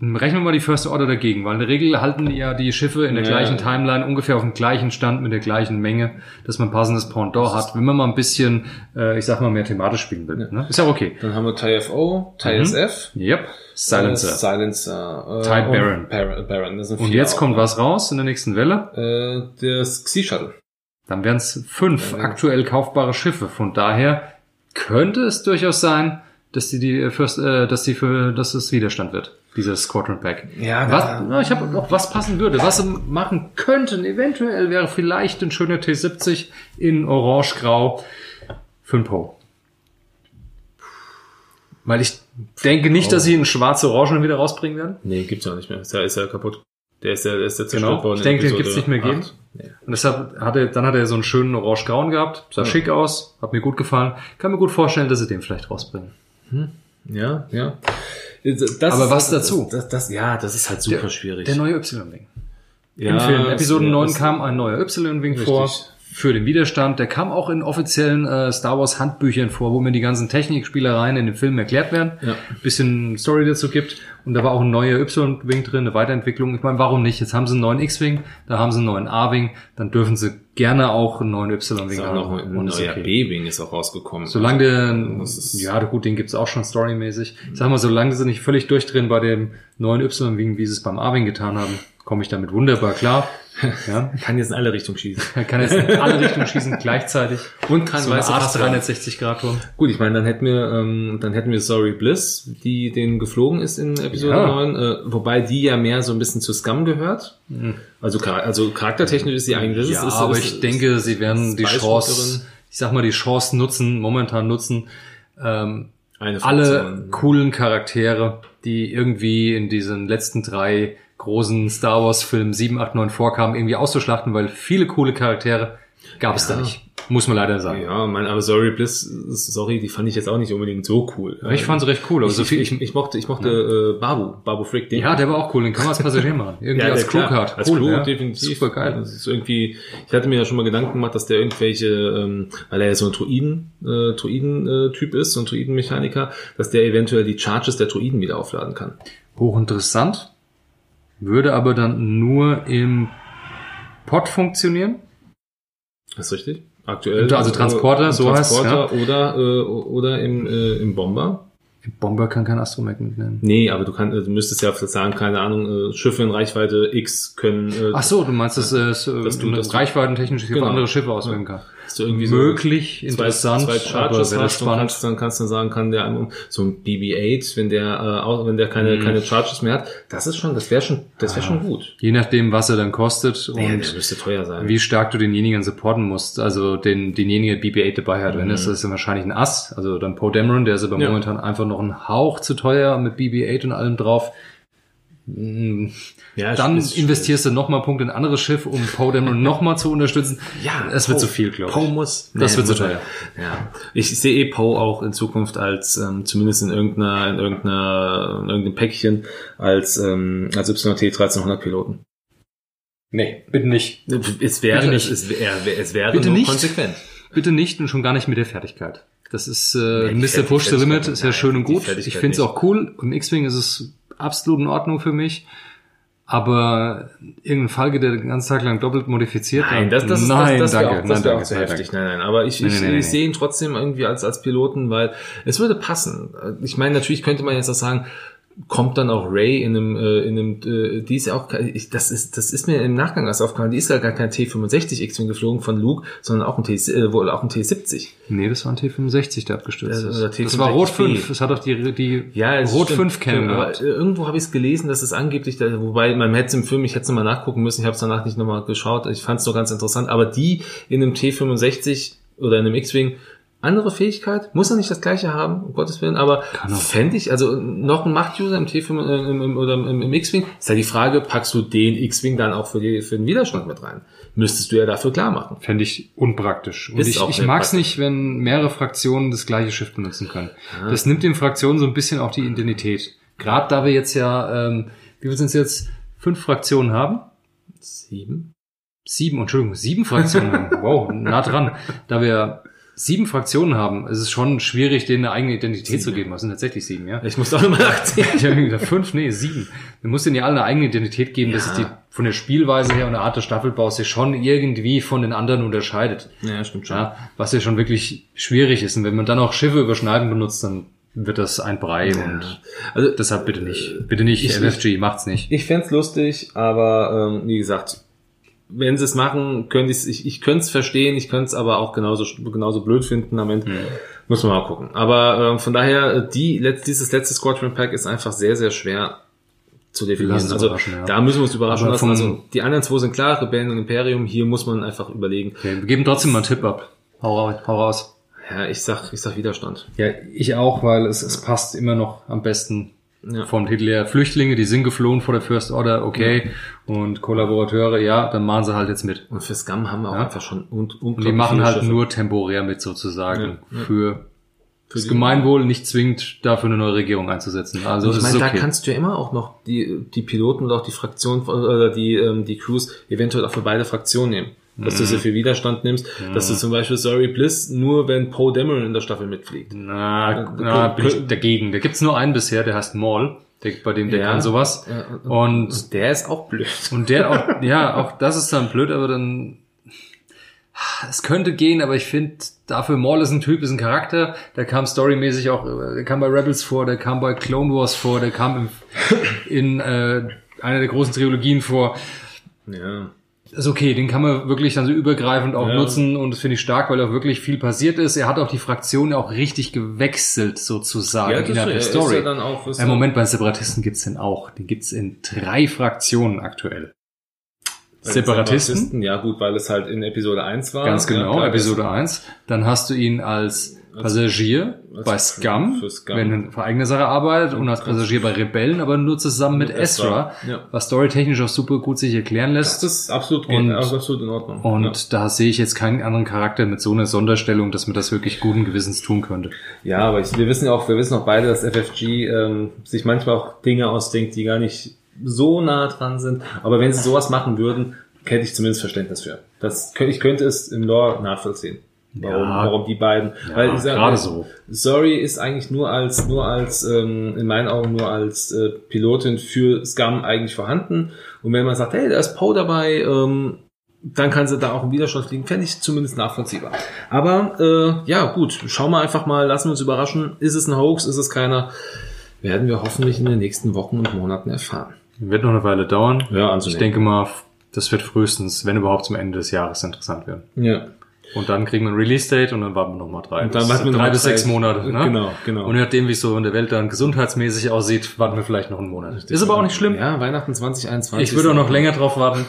S1: rechnen wir mal die First Order dagegen, weil in der Regel halten ja die Schiffe in der
S2: Ja.
S1: gleichen Timeline ungefähr auf dem gleichen Stand mit der gleichen Menge, dass man passendes Pendant hat, wenn man mal ein bisschen, äh, ich sag mal, mehr thematisch spielen will.
S2: Ja.
S1: Ne? Ist ja auch okay.
S2: Dann haben wir TIFO, TISF,
S1: Yep, Mhm. Silencer.
S2: äh, Silencer äh,
S1: Tie
S2: und
S1: Baron.
S2: Par Baron. Das sind
S1: Und
S2: vier
S1: jetzt
S2: auch.
S1: kommt was raus in der nächsten Welle.
S2: äh, das Xi Shuttle.
S1: Dann wären es fünf
S2: Ja.
S1: aktuell kaufbare Schiffe. Von daher könnte es durchaus sein, dass die, die First, äh, dass die für, dass es Widerstand wird. Dieses Squadron Pack.
S2: Ja,
S1: was,
S2: ja.
S1: na, ich habe noch was passen würde, was sie machen könnten. Eventuell wäre vielleicht ein schöner T70 in Orange-Grau für ein Po. Weil ich denke nicht,
S2: Oh.
S1: dass sie einen schwarz-orangen wieder rausbringen werden.
S2: Nee, gibt's ja nicht mehr. Ist ja, ist ja kaputt. Der ist ja, der ist ja zerstört
S1: Genau.
S2: worden.
S1: Ich
S2: in
S1: denke, den
S2: Episode
S1: gibt's nicht mehr geben.
S2: acht. Nee.
S1: Und deshalb hat er, dann hat er so einen schönen orange-grauen gehabt, sah
S2: Ja.
S1: schick aus, hat mir gut gefallen. Kann mir gut vorstellen, dass sie den vielleicht rausbringen.
S2: Ja, ja. Das
S1: Aber was
S2: ist- das-
S1: dazu?
S2: Das, das, ja, das ist halt super
S1: Der-
S2: schwierig.
S1: Der neue Y-Wing.
S2: ja,
S1: Im Film Episode
S2: das-
S1: 9
S2: das-
S1: kam ein neuer Y-Wing vor
S2: Richtig.
S1: für den Widerstand. Der kam auch in offiziellen äh, Star Wars Handbüchern vor, wo mir die ganzen Technikspielereien in den Filmen erklärt werden.
S2: Ja.
S1: Bisschen Story dazu gibt. Und da war auch ein neuer Y-Wing drin, eine Weiterentwicklung. Ich meine, warum nicht? Jetzt haben sie einen neuen X-Wing, da haben sie einen neuen A-Wing, dann dürfen sie gerne auch einen neuen Y-Wing
S2: Ist auch noch ein
S1: haben. Und ist
S2: neuer B-Wing ist auch rausgekommen. Also,
S1: Solange der,
S2: Das ist-
S1: ja gut, den gibt's auch schon storymäßig. Ich sag mal, solange sie nicht völlig durchdrehen bei dem neuen Y-Wing, wie sie es beim Arwing getan haben, komme ich damit wunderbar klar. Ja,
S2: kann jetzt in alle Richtungen schießen.
S1: er kann jetzt in alle Richtungen schießen gleichzeitig.
S2: Und kann
S1: So eine
S2: weiße
S1: Art
S2: Tasten haben.
S1: 360 Grad Turm.
S2: Gut, ich meine, dann hätten wir, ähm, dann hätten wir Sorry Bliss, die den geflogen ist in Episode
S1: Ja.
S2: 9, äh, wobei die ja mehr so ein bisschen zu Scum gehört. Also, chara- also charaktertechnisch ist sie eigentlich.
S1: Hm. Ja,
S2: ist, ist,
S1: aber
S2: ist,
S1: ich denke, sie werden die
S2: Spice
S1: Chance,
S2: Hunterin.
S1: ich sag mal, die Chance nutzen, momentan nutzen, ähm,
S2: eine
S1: alle
S2: Funktion.
S1: coolen Charaktere, die irgendwie in diesen letzten drei großen Star Wars Filmen 7, 8, 9 vorkamen, irgendwie auszuschlachten, weil viele coole Charaktere gab es da nicht. Muss man leider sagen.
S2: Ja, mein Missouri Bliss, sorry, die fand ich jetzt auch nicht unbedingt so cool.
S1: Ich fand sie recht cool, aber
S2: ich,
S1: so viel.
S2: ich, ich mochte, ich mochte äh, Babu, Babu Frick, den
S1: Ja, der war auch cool, den kann man als Passagier machen. Irgendwie als
S2: der- klar,
S1: Crewcard.
S2: Als cool, Crew,
S1: ja.
S2: definitiv.
S1: Super geil.
S2: Das ist irgendwie, ich hatte mir ja schon mal Gedanken gemacht, dass der irgendwelche, ähm, weil er ja so ein Druiden, äh, Druiden-Typ ist, so ein Druiden-Mechaniker, dass der eventuell die Charges der Druiden wieder aufladen kann.
S1: Hochinteressant. Würde aber dann nur im Pod funktionieren.
S2: Ist richtig? Aktuell.
S1: Also
S2: äh,
S1: Transporter, so heißt es,
S2: Transporter oder, äh, oder im, äh, im Bomber.
S1: Bomber kann kein Astromech mitnehmen.
S2: Nee, aber du, kann, du müsstest ja sagen, keine Ahnung, äh, Schiffe in Reichweite X können, äh,
S1: Ach so, du meinst, dass, äh, es, äh,
S2: Dass du-
S1: man
S2: dass du-
S1: reichweitentechnisch sich
S2: Genau.
S1: auf andere Schiffe auswählen kann.
S2: dass du irgendwie
S1: Möglich,
S2: so zwei,
S1: interessant,
S2: zwei Charges
S1: aber wäre
S2: hast, und
S1: spannend.
S2: kannst, dann kannst du sagen, kann der einem- um, so ein BB-8, wenn der äh, auch, wenn der
S1: Mhm.
S2: keine keine Charges mehr hat, das ist schon, das wäre schon, das wäre schon gut.
S1: Je nachdem, was er dann kostet und
S2: Ja, der müsste teuer sein.
S1: wie stark du denjenigen supporten musst, also den, denjenigen der BB-8 dabei hat. Wenn
S2: Mhm.
S1: das ist dann wahrscheinlich ein Ass, also dann Poe Dameron, der ist aber
S2: Ja.
S1: momentan einfach noch ein Hauch zu teuer mit BB-8 und allem drauf. Mm,
S2: ja,
S1: Dann
S2: ist-
S1: investierst du nochmal Punkte in ein anderes Schiff, um Poe Dameron nochmal zu unterstützen.
S2: Ja,
S1: es wird zu
S2: Poe-
S1: viel, glaube
S2: Poe
S1: ich.
S2: muss.
S1: Das wird zu
S2: muss er-
S1: teuer.
S2: Ja. Ich sehe eh Poe auch in Zukunft als, ähm, zumindest in irgendeiner, in irgendeiner, in irgendeinem Päckchen, als, ähm, als YT 1300 Piloten.
S1: Nee, bitte nicht.
S2: Es wäre,
S1: Bitte
S2: es,
S1: nicht.
S2: es wäre, es wäre
S1: Bitte
S2: nur
S1: nicht.
S2: konsequent.
S1: Bitte nicht und schon gar nicht mit der Fertigkeit. Das ist äh,
S2: Nee, die
S1: Mr.
S2: Fertig-
S1: Push the
S2: Fertigkeit-
S1: Limit, ist ja
S2: nein,
S1: schön und
S2: die
S1: gut. Ich
S2: Fertigkeit
S1: finde es
S2: nicht.
S1: auch cool. Im X-Wing ist es absolut in Ordnung für mich. Aber irgendein Falke, der den ganzen Tag lang doppelt modifiziert
S2: Nein, das, das,
S1: nein,
S2: das, das,
S1: danke,
S2: wäre auch, das
S1: nein,
S2: wäre
S1: danke,
S2: auch zu
S1: nein,
S2: heftig.
S1: danke.
S2: Nein, nein, aber ich,
S1: Nein,
S2: ich,
S1: nein, nein,
S2: ich sehe ihn trotzdem irgendwie als, als Piloten, weil es würde passen. Ich meine, natürlich könnte man jetzt auch sagen, kommt dann auch Ray in einem, äh, in einem, äh, die ist ja auch, ke- ich, das ist, das ist mir im Nachgang erst aufgefallen, die ist ja gar kein T65 X-Wing geflogen von Luke, sondern auch ein T, äh, wohl auch ein T70.
S1: Nee, das war ein T65, der abgestürzt
S2: Ja,
S1: ist.
S2: oder
S1: das war Rot
S2: T65B.
S1: 5. Das hat doch die, die
S2: es
S1: Rot
S2: stimmt.
S1: 5 Cam
S2: Aber
S1: gehabt.
S2: äh, irgendwo habe ich es gelesen, dass es angeblich, da, wobei man hätte es im Film, ich hätte es nochmal nachgucken müssen, ich habe es danach nicht nochmal geschaut, ich fand es nur ganz interessant, aber die in einem T65 oder in einem X-Wing, andere Fähigkeit, muss ja nicht das gleiche haben, um Gottes Willen, aber
S1: Kann auch.
S2: fände ich, also noch ein Macht-User im T5 äh, im, im, oder im, im X-Wing, ist ja die Frage, packst du den X-Wing dann auch für, die, für den Widerstand mit rein? Müsstest du ja dafür klar machen.
S1: Fände ich unpraktisch. Und
S2: Ist
S1: ich,
S2: auch
S1: ich
S2: sehr
S1: mag es
S2: praktisch. Ah.
S1: nicht, wenn mehrere Fraktionen das gleiche Schiff benutzen können. Das nimmt den Fraktionen so ein bisschen auch die Identität. Gerade da wir jetzt ja, ähm, wie viel sind es jetzt? Fünf Fraktionen haben.
S2: Sieben?
S1: Sieben, Entschuldigung, sieben Fraktionen haben. Wow, nah dran. Da wir sieben Fraktionen haben, ist es schon schwierig, denen eine eigene Identität zu geben. Das sind tatsächlich sieben, ja?
S2: Ich muss auch nochmal nachdenken.
S1: Ich habe mir gedacht, fünf, nee, sieben. Man muss denen ja alle eine eigene Identität geben, dass
S2: Ja.
S1: es die von der Spielweise her und der Art des Staffelbaus sich schon irgendwie von den anderen unterscheidet.
S2: Ja, stimmt schon.
S1: Ja, was ja schon wirklich schwierig ist. Und wenn man dann auch Schiffe überschneiden benutzt, dann wird das ein Brei und
S2: Also
S1: deshalb bitte nicht. Bitte nicht,
S2: ich-
S1: MFG, macht's nicht.
S2: Ich fänd's lustig, aber ähm, wie gesagt, wenn sie es machen, könnte ich's, ich ich könnte es verstehen, ich könnte es aber auch genauso genauso blöd finden am
S1: Mhm.
S2: Ende. Muss man mal gucken. Aber ähm, von daher, äh, die letzt, dieses letzte Squadron Pack ist einfach sehr, sehr schwer zu definieren.
S1: lassen uns
S2: Also
S1: überraschen, ja.
S2: da müssen wir uns überraschen
S1: Aber
S2: lassen.
S1: vom-
S2: Also die anderen zwei sind klar, Rebellen und Imperium. Hier muss man einfach überlegen.
S1: Okay, wir geben trotzdem mal einen Tipp ab. Hau, ra- hau raus.
S2: Ja, ich sag, ich sag Widerstand.
S1: Ja, ich auch, weil es, es passt immer noch am besten
S2: Ja.
S1: vom Titel her. Flüchtlinge, die sind geflohen vor der First Order, okay. Und Kollaborateure, ja, dann machen sie halt jetzt mit.
S2: Und für Scum haben wir auch
S1: Ja.
S2: einfach schon un
S1: Und die machen halt nur temporär mit sozusagen
S2: Ja, ja.
S1: für
S2: für
S1: das
S2: die-
S1: Gemeinwohl nicht zwingend dafür eine neue Regierung einzusetzen. Also
S2: ich
S1: ist
S2: meine,
S1: okay.
S2: da kannst du ja immer auch noch die, die Piloten oder auch die Fraktion von- oder die, ähm, die Crews eventuell auch für beide Fraktionen nehmen. Dass
S1: Mhm.
S2: du sie für Widerstand nimmst, dass du zum Beispiel Sorry Bliss nur wenn Poe Dameron in der Staffel mitfliegt.
S1: Mhm. Na, na bin ich dagegen. Da gibt's nur einen bisher, der heißt Maul. Der, bei dem der
S2: Ja.
S1: kann sowas.
S2: Ja, und-
S1: Und,
S2: Der ist auch blöd.
S1: und der auch, ja, auch das ist dann blöd, aber dann. Es könnte gehen, aber ich finde, dafür Maul ist ein Typ, ist ein Charakter. Der kam storymäßig auch, äh, der kam bei Rebels vor, der kam bei Clone Wars vor, der kam im, in äh, einer der großen Trilogien vor.
S2: Ja.
S1: ist okay, den kann man wirklich dann so übergreifend auch
S2: Ja.
S1: nutzen und das finde ich stark, weil auch wirklich viel passiert ist. Er hat auch die Fraktion auch richtig gewechselt sozusagen
S2: Ja, das
S1: innerhalb
S2: ist-
S1: der
S2: ist
S1: Story.
S2: ja dann auch- ist
S1: Im
S2: ja-
S1: Moment bei Separatisten gibt's den auch. Den gibt's in drei Fraktionen aktuell. Separatisten,
S2: Ja, gut, weil es halt in Episode 1 war.
S1: ganz
S2: Ja,
S1: genau,
S2: klar,
S1: Episode 1. Dann hast du ihn als Passagier
S2: als-
S1: bei Scum,
S2: für Scum.
S1: wenn er für eigene Sache arbeitet, und als Passagier bei Rebellen, aber nur zusammen mit,
S2: Mit
S1: Ezra,
S2: Ezra, ja.
S1: was storytechnisch auch super gut sich erklären lässt.
S2: Das ist absolut,
S1: Und-
S2: und, absolut in Ordnung.
S1: Und
S2: ja.
S1: da sehe ich jetzt keinen anderen Charakter mit so einer Sonderstellung, dass man das wirklich guten Gewissens tun könnte.
S2: Ja, aber ich, wir wissen ja auch, wir wissen auch beide, dass FFG ähm, sich manchmal auch Dinge ausdenkt, die gar nicht so nah dran sind. Aber wenn sie sowas machen würden, hätte ich zumindest Verständnis für. Das könnte, ich könnte es im Lore nachvollziehen. Warum,
S1: Ja.
S2: warum die beiden? Weil ich sag-
S1: gerade so.
S2: Sorry ist eigentlich nur als, nur als, ähm, in meinen Augen nur als äh, Pilotin für Scum eigentlich vorhanden. Und wenn man sagt, hey, da ist Poe dabei, ähm, dann kann sie da auch im Widerstand liegen, fände ich zumindest nachvollziehbar. Aber äh, ja, gut, schauen wir einfach mal, lassen wir uns überraschen. Ist es ein Hoax, ist es keiner? Werden wir hoffentlich in den nächsten Wochen und Monaten erfahren.
S1: Wird noch eine Weile dauern.
S2: Ja, also
S1: ich
S2: anzunehmen.
S1: denke mal, das wird frühestens, wenn überhaupt, zum Ende des Jahres interessant werden.
S2: Ja.
S1: Und dann kriegen wir ein Release-Date und dann warten wir nochmal drei.
S2: Und dann
S1: bis-
S2: warten wir noch
S1: drei
S2: mal
S1: bis
S2: drei.
S1: sechs Monate. Ne?
S2: Genau, genau.
S1: Und je nachdem, wie es so in der Welt dann gesundheitsmäßig aussieht, warten wir vielleicht noch einen Monat. Ist aber auch nicht schlimm.
S2: Ja, Weihnachten 2021.
S1: ich würde auch noch länger drauf warten.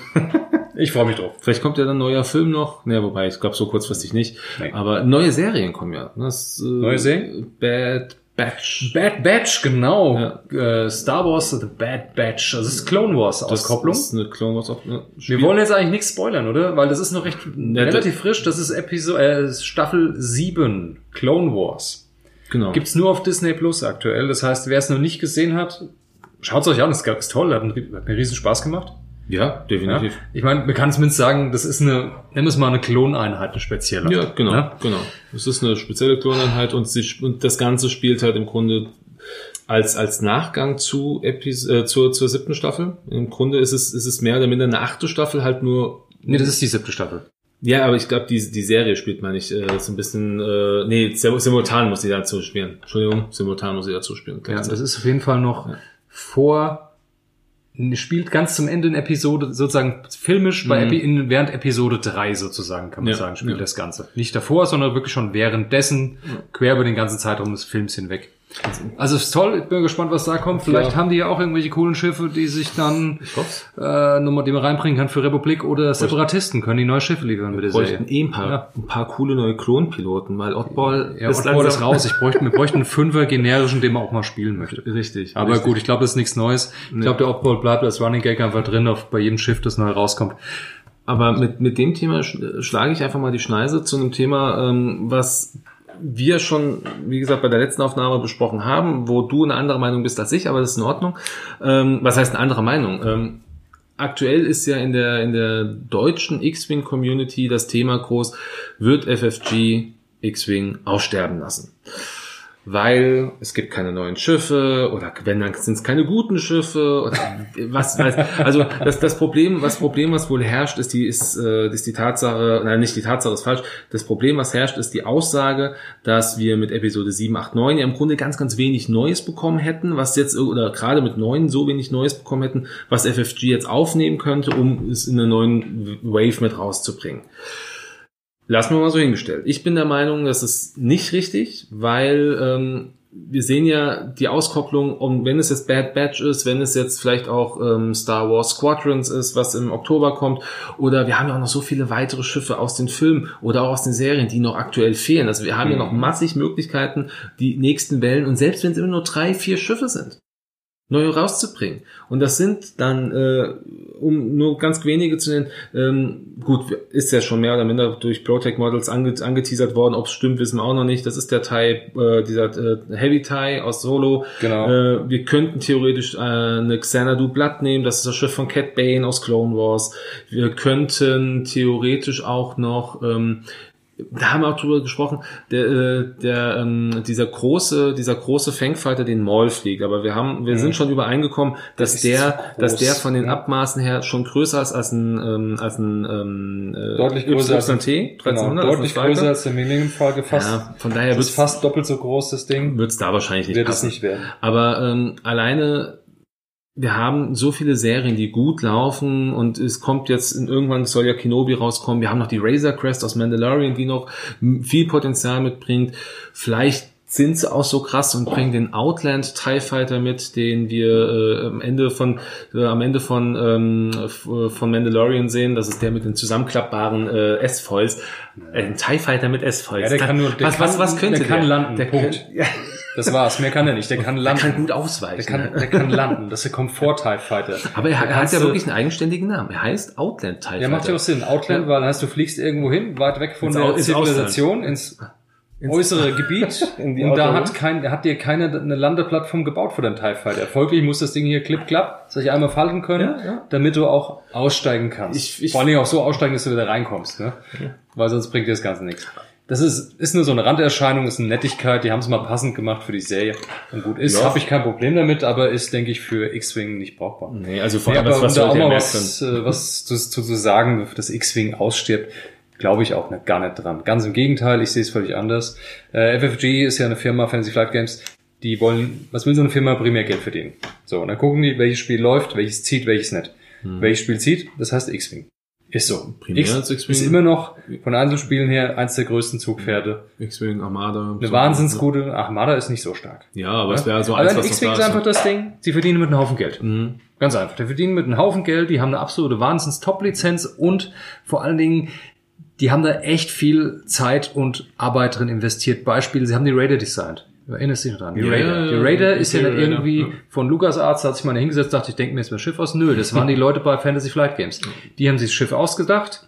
S1: ich freue mich drauf.
S2: Vielleicht kommt ja dann ein neuer Film noch. Ne, wobei, ich glaube so kurzfristig nicht.
S1: Nee.
S2: Aber neue Serien kommen ja. Das, äh,
S1: Neue Serien?
S2: Bad Batch.
S1: Bad Batch, genau. Äh, Star Wars The Bad Batch. Das ist Clone Wars Auskopplung.
S2: Das ist eine Clone Wars auf, ne,
S1: Wir wollen jetzt eigentlich nichts spoilern, oder? Weil das ist noch recht
S2: Ja,
S1: relativ frisch. Das ist Episode äh, Staffel 7 Clone Wars.
S2: genau.
S1: Gibt's nur auf Disney Plus aktuell. Das heißt, wer es noch nicht gesehen hat, schaut's euch an. Es gab- ist toll, hat, einen, rie- hat mir riesen Spaß gemacht.
S2: ja,
S1: Ja?
S2: definitiv.
S1: Ich meine, man kann zumindest sagen, das ist eine, nennen wir es mal eine Kloneinheit, eine spezielle.
S2: Ja, genau,
S1: Ja?
S2: genau. Es ist eine spezielle Kloneinheit und, sie, sp- und das Ganze spielt halt im Grunde als, als Nachgang zu Epis, äh, zur, zur siebten Staffel. Im Grunde ist es, ist es mehr oder minder eine achte Staffel, halt nur
S1: Nee, das ist die siebte Staffel.
S2: Ja, aber ich glaube, die, die Serie spielt man nicht. Äh, so ein bisschen, äh, nee, sim- simultan muss sie dazu spielen. Entschuldigung, simultan muss sie dazu spielen.
S1: Ja, das Also ist auf jeden Fall noch vor, spielt ganz zum Ende in Episode, sozusagen filmisch bei
S2: Mhm.
S1: Epi, in, während Episode 3 sozusagen, kann man
S2: Ja,
S1: sagen, spielt
S2: ja.
S1: das Ganze. Nicht davor, sondern wirklich schon währenddessen, quer über den ganzen Zeitraum des Films hinweg. Also ist toll, ich bin gespannt, was da kommt. Vielleicht
S2: Ja.
S1: haben die ja auch irgendwelche coolen Schiffe, die sich dann
S2: ich hoffe,
S1: äh, nochmal die man reinbringen kann für Republik oder Separatisten, können die neue Schiffe liefern mit der
S2: wir bräuchten
S1: Serie.
S2: eh ein paar,
S1: Ja.
S2: ein paar coole neue Klonpiloten, weil Oddball
S1: Ja, ist Oddball ist raus. Ich bräuchte, wir bräuchten einen Fünfer generischen, den man auch mal spielen möchte.
S2: Richtig.
S1: Aber
S2: richtig.
S1: gut, ich glaube, das ist nichts Neues. Ich glaube, der Oddball bleibt als Running Gag einfach drin, auf, bei jedem Shift, das neu rauskommt.
S2: Aber mit, mit dem Thema sch äh, schlage ich einfach mal die Schneise zu einem Thema, ähm, was wir schon, wie gesagt, bei der letzten Aufnahme besprochen haben, wo du eine andere Meinung bist als ich, aber das ist in Ordnung. Ähm, was heißt eine andere Meinung? Ähm, aktuell ist ja in der, in der deutschen X-Wing-Community das Thema groß, wird FFG X-Wing aussterben lassen? Weil es gibt keine neuen Schiffe oder wenn, dann sind es keine guten Schiffe oder was weiß. Also das, das Problem, was Problem, was wohl herrscht, ist die, ist, äh, ist die Tatsache, nein, nicht die Tatsache ist falsch, das Problem, was herrscht, ist die Aussage, dass wir mit Episode 7, 8, 9 ja im Grunde ganz, ganz wenig Neues bekommen hätten, was jetzt, oder gerade mit 9 so wenig Neues bekommen hätten, was FFG jetzt aufnehmen könnte, um es in einer neuen Wave mit rauszubringen. Lassen wir mal so hingestellt. Ich bin der Meinung, das ist nicht richtig, weil ähm, wir sehen ja die Auskopplung, um, wenn es jetzt Bad Batch ist, wenn es jetzt vielleicht auch ähm, Star Wars Squadrons ist, was im Oktober kommt, oder wir haben ja auch noch so viele weitere Schiffe aus den Filmen oder auch aus den Serien, die noch aktuell fehlen. Also wir haben ja noch massig Möglichkeiten, die nächsten Wellen, und selbst wenn es immer nur drei, vier Schiffe sind, neue rauszubringen. Und das sind dann, äh, um nur ganz wenige zu nennen, ähm, gut, ist ja schon mehr oder minder durch Protec Models ange angeteasert worden. Ob es stimmt, wissen wir auch noch nicht. Das ist der Thai, äh, dieser äh, Heavy Thai aus Solo.
S1: Genau.
S2: Äh, wir könnten theoretisch äh, eine Xanadu Blood nehmen. Das ist das Schiff von Cat Bane aus Clone Wars. Wir könnten theoretisch auch noch... Ähm, da haben wir auch drüber gesprochen, der, äh, der, ähm, dieser große, dieser große Fangfighter, den Maul fliegt. Aber wir haben, wir sind schon übereingekommen, dass
S1: Mhm. ist
S2: der,
S1: zu groß.
S2: dass der von den Abmaßen her schon größer ist als ein, ähm, als ein, ähm, äh,
S1: Deutlich größer als ein- Genau,
S2: YT, 1300, als ein
S1: deutlich
S2: Fighter.
S1: größer als der Millennium Falcon fast.
S2: Ja, von daher
S1: das ist
S2: wird's
S1: fast doppelt so groß, das Ding.
S2: wird's da wahrscheinlich nicht
S1: Wird es
S2: passen.
S1: nicht werden.
S2: Aber ähm, alleine, wir haben so viele Serien, die gut laufen und es kommt jetzt, in- irgendwann soll ja Kenobi rauskommen. Wir haben noch die Razor Crest aus Mandalorian, die noch m- viel Potenzial mitbringt. Vielleicht sind sie auch so krass und bringen den Outland TIE Fighter mit, den wir äh, am Ende von äh, am Ende von ähm, f- äh, von Mandalorian sehen, das ist der mit den zusammenklappbaren äh, S-Foils. Äh, ein TIE Fighter mit S-Foils.
S1: Ja, der kann nur- der
S2: was, was,
S1: kann-
S2: was könnte
S1: der kann landen,
S2: Der
S1: Punkt.
S2: Kann, ja,
S1: Das war's, mehr kann er nicht. Der kann
S2: der
S1: landen.
S2: kann gut ausweichen.
S1: der, kann,
S2: ne?
S1: der kann landen. Das ist der Komfort-TIE-Fighter.
S2: aber er hat,
S1: Da
S2: er hat
S1: kannst
S2: ja
S1: du-
S2: wirklich einen eigenständigen Namen. Er heißt Outland TIE Fighter.
S1: Ja, macht ja auch Sinn. Outland, weil heißt, du fliegst irgendwo hin, weit weg von
S2: Ins
S1: der
S2: Au- ins
S1: Zivilisation, ins, äußere Gebiet.
S2: In die
S1: und da
S2: Outer
S1: hat, kein, hat dir keine eine Landeplattform gebaut für deinen TIE Fighter. Folglich muss das Ding hier klipp-klapp sich einmal falten können,
S2: Ja, ja.
S1: damit du auch aussteigen kannst.
S2: Ich- ich-
S1: Vor allen Dingen auch so aussteigen, dass du wieder reinkommst. Ne? Weil sonst bringt dir das Ganze nichts. Das ist, ist nur so eine Randerscheinung, ist eine Nettigkeit, die haben es mal passend gemacht für die Serie. Und gut ist,
S2: Ja.
S1: habe ich kein Problem damit, aber ist, denke ich, für X-Wing nicht brauchbar.
S2: Nee, also vor
S1: Nee,
S2: allem,
S1: aber
S2: was, was
S1: um da auch
S2: sollte er
S1: mal
S2: mehr
S1: was, äh, was zu, zu, zu sagen, dass X-Wing ausstirbt, glaube ich auch nicht, gar nicht dran. Ganz im Gegenteil, ich sehe es völlig anders. Äh, FFG ist ja eine Firma, Fantasy Flight Games, die wollen, was will so eine Firma? Primär Geld verdienen. So, und dann gucken die, welches Spiel läuft, welches zieht, welches nicht. Welches Spiel zieht, das heißt X-Wing. Ist so.
S2: Hm. Primär
S1: X
S2: ist X-Wing-
S1: ist immer noch von Einzelspielen her eins der größten Zugpferde.
S2: X-Wing, Armada.
S1: Eine wahnsinns gute Armada ist nicht so stark.
S2: Ja, aber es wäre so
S1: Aber
S2: also eins,
S1: ein
S2: was
S1: X-Wing
S2: noch
S1: ist
S2: da
S1: einfach das Ding, sie verdienen mit einem Haufen Geld.
S2: Mhm.
S1: Ganz einfach. Die verdienen mit einem Haufen Geld, die haben eine absolute Wahnsinns-Top-Lizenz und vor allen Dingen, die haben da echt viel Zeit und Arbeit drin investiert. Beispiel, sie haben die Raider designt. Erinnerst du dich noch dran? Die
S2: Ja,
S1: Raider.
S2: ja,
S1: Die
S2: ja,
S1: Raider
S2: ja,
S1: ist
S2: die
S1: ja nicht
S2: Raider,
S1: irgendwie
S2: ja.
S1: von LucasArts, da hat sich mal hingesetzt, dachte ich, denke mir jetzt mein Schiff aus. Nö, das waren die Leute bei Fantasy Flight Games. Die haben sich das Schiff ausgedacht,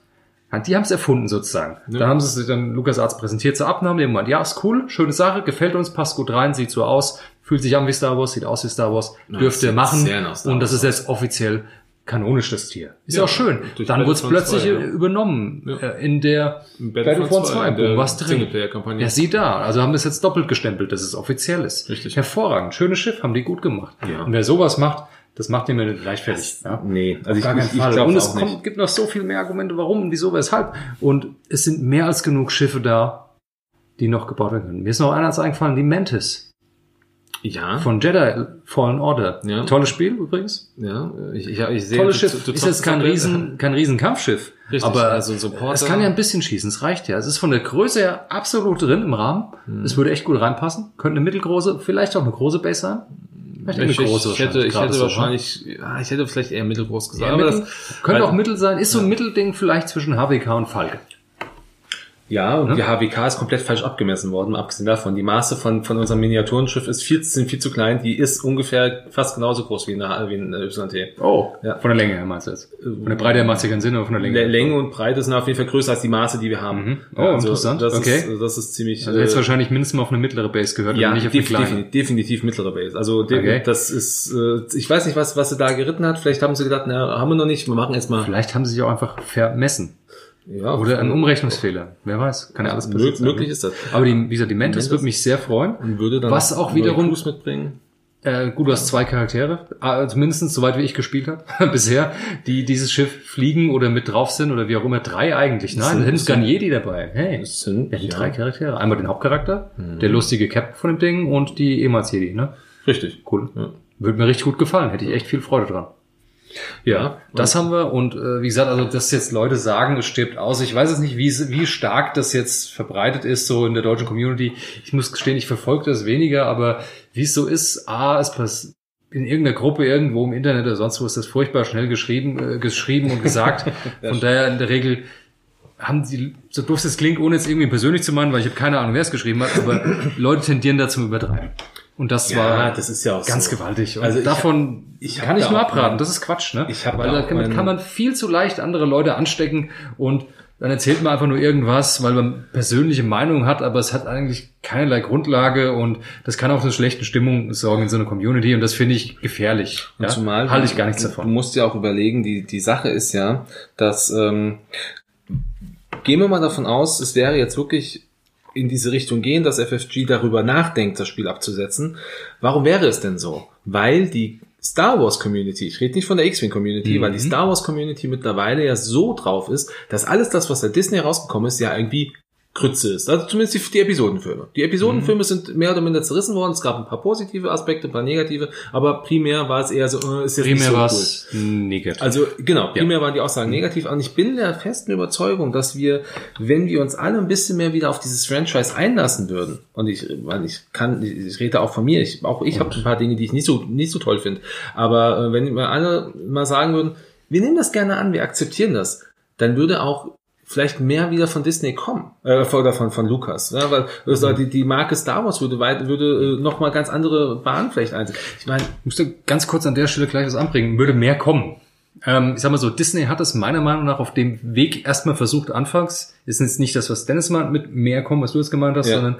S1: hat- die haben es erfunden sozusagen.
S2: Ja.
S1: Da haben sie es dann LucasArts präsentiert zur Abnahme. Die haben gemeint, ja, ist cool, schöne Sache, gefällt uns, passt gut rein, sieht so aus, fühlt sich an wie Star Wars, sieht aus wie Star Wars,
S2: Ja,
S1: dürft ihr
S2: sieht
S1: machen.
S2: sehr nach Star
S1: Und
S2: Wars
S1: das ist jetzt offiziell kanonisch das Tier. Ist
S2: Ja,
S1: auch schön.
S2: durch
S1: Dann wurde es
S2: Battlefront
S1: plötzlich
S2: 2,
S1: äh,
S2: ja.
S1: übernommen
S2: Ja.
S1: äh, in der
S2: In
S1: Battlefront
S2: Battlefront
S1: 2.
S2: 2,
S1: Boom,
S2: der
S1: was drin?
S2: äh, Singleplayer-Kampagne.
S1: Ja, sieh da. Also haben das jetzt doppelt gestempelt, dass es offiziell ist.
S2: Richtig.
S1: Hervorragend. Schönes Schiff, haben die gut gemacht.
S2: Ja.
S1: Und wer sowas macht, das macht den mir nicht leichtfertig. ja.
S2: Nee, also ich,
S1: Gar kein
S2: ich, ich
S1: Fall.
S2: glaube
S1: und es
S2: auch
S1: kommt,
S2: nicht.
S1: gibt noch so viel mehr Argumente, warum, wieso, weshalb. Und es sind mehr als genug Schiffe da, die noch gebaut werden können. Mir ist noch einer eingefallen, die Mantis
S2: Ja,
S1: von Jedi Fallen Order.
S2: Ja.
S1: Tolles Spiel übrigens.
S2: ja, ich, ich, ich sehe...
S1: Tolles
S2: du-
S1: Schiff.
S2: du- du
S1: ist jetzt kein
S2: zockst-
S1: Riesen, kein Riesenkampfschiff.
S2: Richtig,
S1: aber
S2: also so Porter-
S1: es kann ja ein bisschen schießen, es reicht ja. Es ist von der Größe her absolut drin im Rahmen.
S2: Hm.
S1: Es würde echt gut reinpassen. Könnte eine mittelgroße, vielleicht auch eine große Base sein. Vielleicht
S2: Ich,
S1: eine
S2: ich, ich hätte, ich
S1: gerade
S2: hätte
S1: so,
S2: wahrscheinlich... ne? Ja, ich hätte vielleicht eher mittelgroß
S1: ne?
S2: gesagt.
S1: Ja,
S2: aber
S1: mittel,
S2: das,
S1: könnte
S2: weil-
S1: auch Mittel sein. Ist so ein Mittelding vielleicht zwischen HWK und Falke.
S2: Ja,
S1: Ne?
S2: und die HWK ist komplett falsch abgemessen worden, abgesehen davon. Die Maße von, von unserem Miniaturenschiff ist viel, sind viel zu klein. Die ist ungefähr fast genauso groß wie eine, wie äh, eine YT.
S1: Oh.
S2: Ja.
S1: Von der Länge her meinst du jetzt. Von der Breite her macht es ja keinen Sinn, aber von der Länge.
S2: Lä- Länge und Breite sind auf jeden Fall größer als die Maße, die wir haben.
S1: Mhm. Oh,
S2: Ja, also
S1: interessant.
S2: Das
S1: Okay.
S2: Ist, das ist ziemlich...
S1: also jetzt
S2: äh,
S1: wahrscheinlich mindestens mal auf eine mittlere Base gehört
S2: Ja,
S1: und nicht auf eine
S2: def
S1: kleine.
S2: defini- definitiv mittlere Base. Also de
S1: Okay.
S2: das ist, äh, ich weiß nicht, was was sie da geritten hat. Vielleicht haben sie gedacht, na, haben wir noch nicht, wir machen jetzt mal.
S1: Vielleicht haben sie sich auch einfach vermessen.
S2: Ja,
S1: Oder ein Umrechnungsfehler. Wer weiß. Kann ja alles passieren.
S2: Mö- möglich ist das.
S1: Aber die, wie gesagt, die Mantis
S2: Mantis-
S1: würde mich sehr freuen.
S2: Und würde dann
S1: Was auch wiederum-
S2: Cruise mitbringen.
S1: Äh, gut, du hast zwei Charaktere, ah, zumindest soweit wie ich gespielt habe bisher, die dieses Schiff fliegen oder mit drauf sind oder wie auch immer. Drei eigentlich. Nein,
S2: Sind-
S1: da hätten
S2: sind-
S1: gar nicht Jedi dabei. Hey,
S2: Es sind-
S1: wir hätten
S2: ja.
S1: drei Charaktere. Einmal den Hauptcharakter, der lustige Captain von dem Ding und die ehemals Jedi. Ne?
S2: Richtig.
S1: Cool.
S2: Ja.
S1: Würde mir richtig gut gefallen. Hätte ich echt viel Freude dran. Ja,
S2: Ja.
S1: das haben wir. Und äh, wie gesagt, also dass jetzt Leute sagen, es stirbt aus. Ich weiß jetzt nicht, wie, es- wie stark das jetzt verbreitet ist, so in der deutschen Community. Ich muss gestehen, ich verfolge das weniger, aber wie es so ist, A, es pass in irgendeiner Gruppe, irgendwo im Internet oder sonst wo ist das furchtbar schnell geschrieben, äh, geschrieben und gesagt. Von daher in der Regel haben die, so doof es klingt, ohne jetzt irgendwie persönlich zu meinen, weil ich habe keine Ahnung, wer es geschrieben hat, aber Leute tendieren da zum Übertreiben. Und das war
S2: ist ja auch
S1: ganz gewaltig. Und
S2: Also ich
S1: davon
S2: ich hab
S1: kann ich
S2: da
S1: nur
S2: auch
S1: abraten.
S2: mein-
S1: Das ist Quatsch, ne?
S2: Ich hab
S1: weil
S2: da
S1: da
S2: auch
S1: kann, man-
S2: mein-
S1: kann man viel zu leicht andere Leute anstecken und dann erzählt man einfach nur irgendwas, weil man persönliche Meinung hat, aber es hat eigentlich keinerlei Grundlage und das kann auch eine schlechte Stimmung sorgen in so einer Community und das finde ich gefährlich.
S2: Und zumal
S1: halte ich gar nichts
S2: Du
S1: davon.
S2: musst ja auch überlegen, die, die Sache ist ja, dass ähm, gehen wir mal davon aus, es wäre jetzt wirklich in diese Richtung gehen, dass FFG darüber nachdenkt, das Spiel abzusetzen. Warum wäre es denn so? Weil die Star Wars Community, ich rede nicht von der X-Wing Community,
S1: Mhm.
S2: weil die Star Wars Community mittlerweile ja so drauf ist, dass alles das, was der Disney rausgekommen ist, ja irgendwie Krütze ist. Also zumindest die, die Episodenfilme. Die Episodenfilme sind mehr oder minder zerrissen worden. Es gab ein paar positive Aspekte, ein paar negative, aber primär war es eher so, äh, ist jetzt nicht
S1: Primär
S2: so
S1: war
S2: cool.
S1: es negativ.
S2: Also genau, primär waren die Aussagen negativ. Und ich bin der festen Überzeugung, dass wir, wenn wir uns alle ein bisschen mehr wieder auf dieses Franchise einlassen würden, und ich, weil ich kann, ich, ich rede auch von mir, ich, auch ich habe ein paar Dinge, die ich nicht so nicht so toll finde. Aber äh, wenn wir alle mal sagen würden, wir nehmen das gerne an, wir akzeptieren das, dann würde auch vielleicht mehr wieder von Disney kommen, äh, von- oder von, von Lucas, ne? weil also die, die Marke Star Wars würde weit, würde äh, nochmal ganz andere Bahnen vielleicht einsetzen. Ich meine,
S1: Ich müsste ganz kurz an der Stelle gleich was anbringen. Würde mehr kommen. Ähm, ich sag mal so, Disney hat es meiner Meinung nach auf dem Weg erstmal versucht, anfangs. Ist jetzt nicht das, was Dennis meint mit mehr kommen, was du jetzt gemeint hast,
S2: Ja.
S1: sondern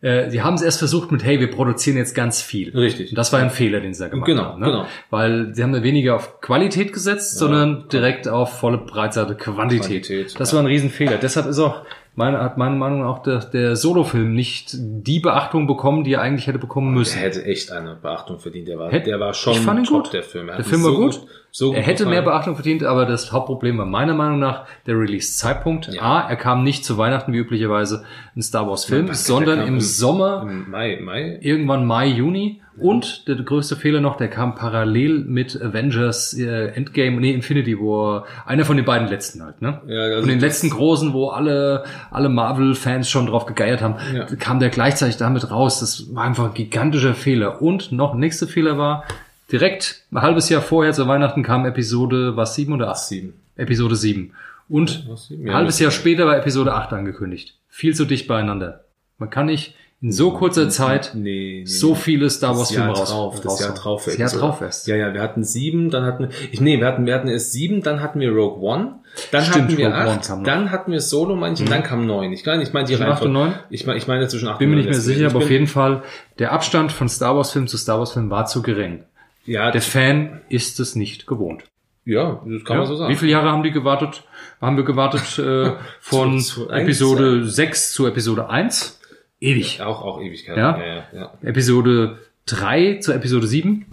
S1: äh, sie haben es erst versucht mit, hey, wir produzieren jetzt ganz viel.
S2: Richtig.
S1: Und das war ein Fehler, den sie da gemacht
S2: Genau,
S1: haben. Ne?
S2: genau.
S1: Weil sie haben da weniger auf Qualität gesetzt, sondern direkt auf volle Breitseite Quantität.
S2: Quantität,
S1: das war ein Riesenfehler. Deshalb ist auch, meine, hat meiner Meinung nach auch der, der Solo-Film nicht die Beachtung bekommen, die er eigentlich hätte bekommen müssen.
S2: Der hätte echt eine Beachtung verdient. Der war,
S1: Hätte-
S2: der war schon
S1: ich fand ihn
S2: top,
S1: gut.
S2: der Film. Er
S1: Der
S2: hat
S1: Film
S2: mir
S1: war gut.
S2: so
S1: Er hätte mehr
S2: gefallen.
S1: Beachtung verdient, aber das Hauptproblem war meiner Meinung nach der Release-Zeitpunkt.
S2: Ja.
S1: A, er kam nicht zu Weihnachten wie üblicherweise ein Star Wars-Film,
S2: Ja, danke,
S1: sondern
S2: der
S1: im
S2: kam im-
S1: Sommer,
S2: Im Mai, Mai.
S1: irgendwann Mai, Juni. Und der größte Fehler noch, der kam parallel mit Avengers äh, Endgame, nee, Infinity War, einer von den beiden letzten halt, ne?
S2: Ja, also
S1: von den
S2: das-
S1: letzten großen, wo alle, alle Marvel-Fans schon drauf gegeiert haben,
S2: Ja.
S1: kam der gleichzeitig damit raus. Das war einfach ein gigantischer Fehler. Und noch nächster Fehler war, direkt ein halbes Jahr vorher zu Weihnachten kam Episode, was, sieben oder acht?
S2: Sieben.
S1: Episode sieben. Und
S2: Was, sieben?
S1: ein
S2: Ja,
S1: halbes
S2: das-
S1: Jahr später war Episode acht angekündigt. Viel zu dicht beieinander. Man kann nicht in so kurzer Zeit
S2: Mhm. Nee, nee,
S1: so viele Star
S2: Das
S1: Wars
S2: Jahr
S1: Filme raus,
S2: drauf, das Jahr
S1: raushauen.
S2: drauf.
S1: Das Jahr
S2: Episode.
S1: drauf erst.
S2: Ja, ja, wir hatten sieben, dann hatten wir, ich, nee, wir hatten, wir hatten erst sieben, dann hatten wir Rogue One, dann
S1: Stimmt,
S2: hatten wir
S1: Rogue One
S2: acht,
S1: kam noch. Mhm.
S2: dann hatten wir Solo, manche, dann kam neun. Ich meine, ich meine die
S1: Zwischen acht und
S2: Reihenfolge.
S1: neun?
S2: Ich meine, ich meine zwischen acht
S1: Bin mir
S2: und
S1: nicht mehr
S2: neun.
S1: sicher,
S2: Ich
S1: aber auf
S2: bin-
S1: jeden Fall, der Abstand von Star Wars Film zu Star Wars Film war zu gering.
S2: ja,
S1: Der Fan ist es nicht gewohnt.
S2: ja, das kann
S1: Ja?
S2: man so sagen.
S1: Wie viele Jahre haben die gewartet? Haben wir gewartet äh, von
S2: Zu- zu eins,
S1: Episode 6 zu Episode 1? Ewig.
S2: Auch, auch Ewigkeiten.
S1: Ja?
S2: Ja, ja, ja.
S1: Episode 3 zu Episode 7?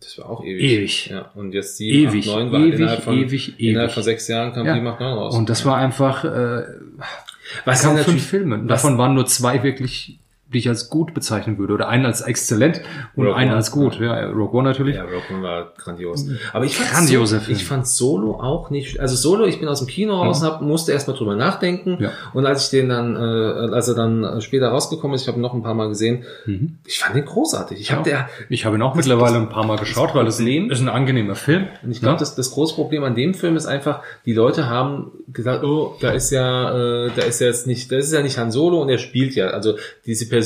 S2: Das war auch ewig.
S1: Ewig.
S2: Ja, und jetzt sieben,
S1: Ewig,
S2: acht, neun war
S1: ewig,
S2: innerhalb von,
S1: ewig,
S2: innerhalb
S1: ewig.
S2: von sechs Jahren kam
S1: Ja.
S2: sieben, acht, neun raus.
S1: Und das war einfach, äh,
S2: was
S1: kamen
S2: natürlich-
S1: fünf Filme. Und
S2: was-
S1: davon waren nur zwei wirklich, die ich als gut bezeichnen würde. Oder einen als exzellent und
S2: Rogue
S1: einen
S2: One.
S1: als gut. Ja, Rogue One natürlich.
S2: Ja, Rogue One war grandios. Aber ich fand,
S1: Mhm. Grandioser
S2: so,
S1: Film. Mhm.
S2: ich fand Solo auch nicht. Also Solo, ich bin aus dem Kino raus und hab, musste erstmal drüber nachdenken.
S1: Ja.
S2: Und als ich den dann, äh, als er dann später rausgekommen ist, ich habe noch ein paar Mal gesehen,
S1: Mhm.
S2: ich fand den großartig. Ich habe der,
S1: Ich habe ihn auch mittlerweile ein paar Mal geschaut, weil es ein, ist ein angenehmer Film.
S2: Und ich glaube,
S1: Ne?
S2: das, das große Problem an dem Film ist einfach, die Leute haben gesagt, oh, da ist ja, äh, da ist ja jetzt nicht, das ist ja nicht Han Solo und er spielt ja. Also diese Person,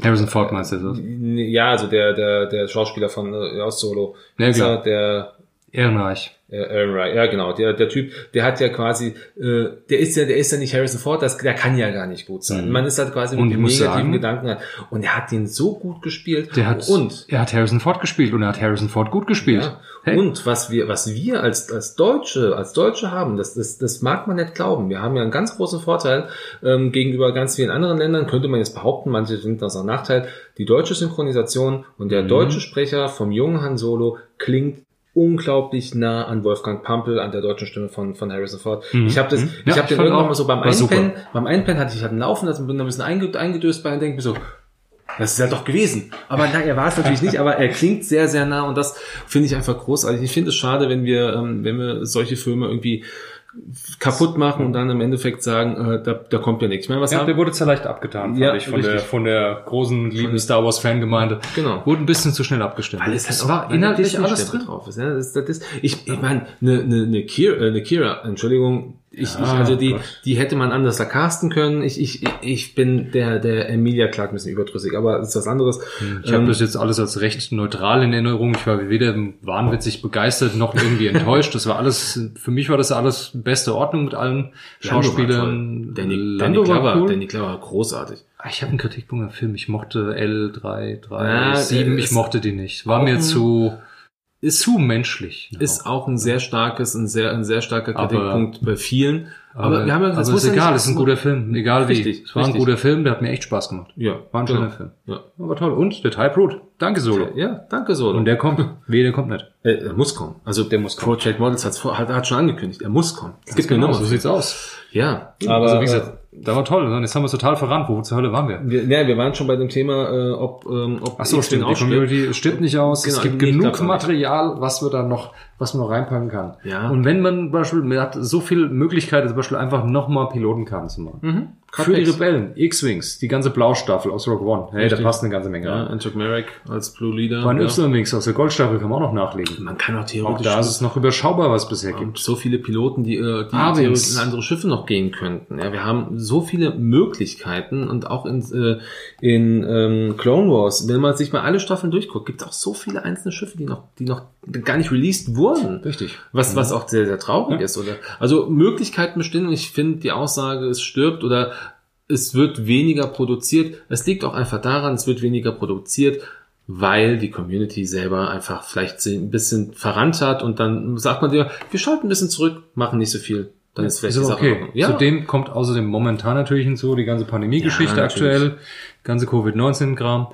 S1: Harrison Ford meinst du das?
S2: ja, also der, der, der Schauspieler von äh, aus Solo,
S1: Ja, genau.
S2: Ist ja
S1: klar.
S2: der
S1: Ehrenreich.
S2: äh, Aaron Wright, ja genau, der, der Typ, der hat ja quasi, äh, der ist ja, der ist ja nicht Harrison Ford, das, der kann ja gar nicht gut sein.
S1: Mhm.
S2: Man ist halt quasi
S1: Und
S2: mit
S1: ich
S2: den
S1: muss
S2: negativen
S1: sagen-
S2: Gedanken halt. Und er hat den so gut gespielt.
S1: Der hat,
S2: und
S1: er hat Harrison Ford gespielt und er hat Harrison Ford gut gespielt.
S2: Ja.
S1: Hey.
S2: Und was wir, was wir als, als Deutsche, als Deutsche haben, das, das, das mag man nicht glauben. Wir haben ja einen ganz großen Vorteil ähm, gegenüber ganz vielen anderen Ländern, könnte man jetzt behaupten, manche sind das auch ein Nachteil. Die deutsche Synchronisation und der
S1: Mhm.
S2: deutsche Sprecher vom jungen Han Solo klingt unglaublich nah an Wolfgang Pampel, an der deutschen Stimme von, von Harrison Ford.
S1: Mhm.
S2: Ich habe das,
S1: Mhm.
S2: ich
S1: Ja,
S2: habe den
S1: fand
S2: irgendwann
S1: auch-
S2: mal so beim
S1: war super.
S2: Einpennen, beim Einpennen hatte ich halt laufen lassen, bin da ein bisschen einge- eingedöst bei und denke mir so, das ist ja doch gewesen. Aber nein, er war es natürlich nicht, aber er klingt sehr, sehr nah und das finde ich einfach großartig. Ich finde es schade, wenn wir, ähm, wenn wir solche Filme irgendwie kaputt machen und dann im Endeffekt sagen, äh, da, da kommt ja nichts. Ich meine, was
S1: Ja, der
S2: haben
S1: wurde zerleicht abgetan, fand
S2: Ja,
S1: ich, von
S2: richtig.
S1: der, von der großen, lieben Star Wars-Fangemeinde.
S2: Genau.
S1: Wurde ein bisschen zu schnell abgestimmt.
S2: halt
S1: es
S2: auch-
S1: war
S2: weil
S1: inhaltlich
S2: Disney-Stempel
S1: alles drin.
S2: drauf ist. Ja, das, das, das, ich ich meine, eine ne, ne Kira, äh, ne Kira, Entschuldigung, ich, ich,
S1: Ah,
S2: also die,
S1: Gott.
S2: die hätte man anders da casten können. Ich, ich, ich bin der, der Emilia Clark ein bisschen überdrüssig, aber ist was anderes.
S1: Ich habe
S2: Ähm,
S1: das jetzt alles als recht neutral in Erinnerung. Ich war weder wahnwitzig begeistert noch irgendwie enttäuscht. Das war alles, für mich war das alles beste Ordnung mit allen Schauspielern.
S2: Danny,
S1: Lando
S2: Danny
S1: war
S2: Glover,
S1: cool.
S2: Danny Glover, großartig.
S1: Ah, Ich habe einen Kritikpunkt am Film. Ich mochte
S2: Ja,
S1: L337,
S2: äh,
S1: ich
S2: ist-
S1: mochte die nicht. War mir
S2: Mhm.
S1: zu, ist zu menschlich.
S2: Ist auch ein sehr starkes, ein sehr, ein sehr starker
S1: Aber-
S2: Kritikpunkt bei vielen. Aber wir haben ja gesagt, es
S1: also
S2: muss
S1: ist
S2: ja nicht
S1: egal, es ist ein
S2: alles-
S1: guter Film, egal
S2: Richtig,
S1: wie. Es war
S2: richtig.
S1: ein guter Film, der hat mir echt Spaß gemacht.
S2: Ja,
S1: War ein
S2: genau.
S1: schöner Film.
S2: Ja.
S1: Aber toll. Und der Type Root. Danke, Solo.
S2: ja, danke Solo.
S1: Und der kommt. Weh, der kommt nicht.
S2: Äh, er muss kommen. Also der muss kommen. Project Models hat's vor, hat, hat schon angekündigt. Er muss kommen. Es gibt eine
S1: Genau,
S2: Nummer. äh,
S1: so sieht's aus.
S2: Ja,
S1: also, wie gesagt, da war toll. ne? Und jetzt haben wir es total verrannt. Wo zur Hölle waren wir?
S2: wir, ja, wir waren schon bei dem Thema, äh, ob, ähm, ob
S1: Ach so,
S2: X den
S1: stimmt. Die
S2: ausstellt.
S1: Community stirbt nicht aus.
S2: Genau,
S1: es gibt
S2: nee, ich
S1: genug
S2: glaub auch nicht.
S1: Material, was wir da noch, was man noch reinpacken kann.
S2: Ja.
S1: Und wenn man zum Beispiel, man hat so viele Möglichkeiten, zum Beispiel einfach nochmal Pilotenkarten zu machen.
S2: Mhm.
S1: Für die
S2: Cortex.
S1: Rebellen, X-Wings, die ganze Blaustaffel aus Rogue One. Hey,
S2: Richtig.
S1: da passt eine ganze Menge
S2: Ja,
S1: rein.
S2: Antok Merrick als Blue Leader.
S1: Bei den
S2: ja.
S1: Y-Wings aus der Goldstaffel kann man auch noch nachlegen.
S2: Man kann auch
S1: Auch
S2: theoretisch
S1: da ist es noch überschaubar, was es bisher
S2: Und
S1: gibt.
S2: so viele Piloten, die, äh, die
S1: Arvings.
S2: theoretisch in andere Schiffe noch gehen könnten. Ja, wir haben so viele Möglichkeiten und auch in, äh, in ähm, Clone Wars, wenn man sich mal alle Staffeln durchguckt, gibt es auch so viele einzelne Schiffe, die noch, die noch gar nicht released wurden.
S1: Richtig.
S2: Was, was auch sehr, sehr traurig
S1: Mhm. Ja.
S2: ist, oder? Also Möglichkeiten bestehen und ich finde die Aussage, es stirbt oder es wird weniger produziert. Es liegt auch einfach daran, es wird weniger produziert, weil die Community selber einfach vielleicht sie ein bisschen verrannt hat und dann sagt man dir, wir schalten ein bisschen zurück, machen nicht so viel. Dann ist vielleicht
S1: Ist aber
S2: die Sache in
S1: okay.
S2: Ordnung. Ja,
S1: Zudem kommt außerdem momentan natürlich hinzu die ganze Pandemie-Geschichte
S2: Ja, natürlich.
S1: aktuell, ganze Covid-19-Kram.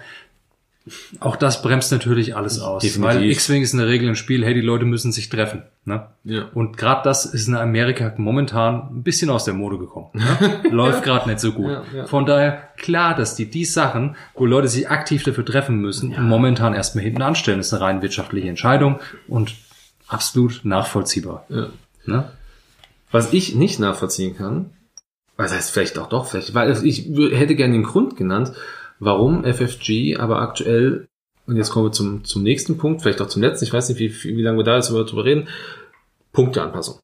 S1: Auch das bremst natürlich alles aus.
S2: Definitiv.
S1: Weil X-Wing ist in der Regel ein Spiel, hey, die Leute müssen sich treffen. Ne?
S2: ja.
S1: Und gerade das ist in Amerika momentan ein bisschen aus der Mode gekommen. Ne? Läuft gerade nicht so gut.
S2: Ja, ja.
S1: Von daher klar, dass die die Sachen, wo Leute sich aktiv dafür treffen müssen, momentan erstmal hinten anstellen. Das ist eine rein wirtschaftliche Entscheidung und absolut nachvollziehbar.
S2: Ja.
S1: Ne?
S2: Was ich nicht nachvollziehen kann, was heißt vielleicht auch doch, vielleicht, weil ich wür- hätte gerne den Grund genannt, warum FFG aber aktuell, und jetzt kommen wir zum, zum nächsten Punkt, vielleicht auch zum letzten, ich weiß nicht, wie, wie lange wir da jetzt drüber reden, Punkteanpassung.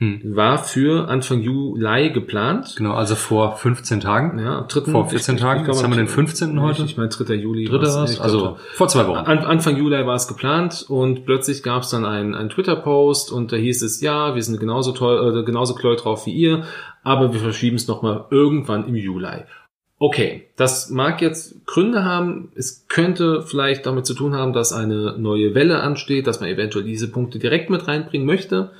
S1: Hm.
S2: War für Anfang Juli geplant.
S1: Genau, also vor 15 Tagen.
S2: Ja, am 3.
S1: Genau. Vor 14 Tagen, jetzt haben wir den 15. heute.
S2: Ich, ich meine, 3. Juli.
S1: Dritter
S2: war's.
S1: war
S2: Ich
S1: es,
S2: glaub,
S1: also vor zwei Wochen.
S2: an, Anfang Juli war es geplant und plötzlich gab es dann einen, einen Twitter-Post und da hieß es, ja, wir sind genauso toll, äh, genauso kleu drauf wie ihr, aber wir verschieben es nochmal irgendwann im Juli. Okay, das mag jetzt Gründe haben. Es könnte vielleicht damit zu tun haben, dass eine neue Welle ansteht, dass man eventuell diese Punkte direkt mit reinbringen möchte.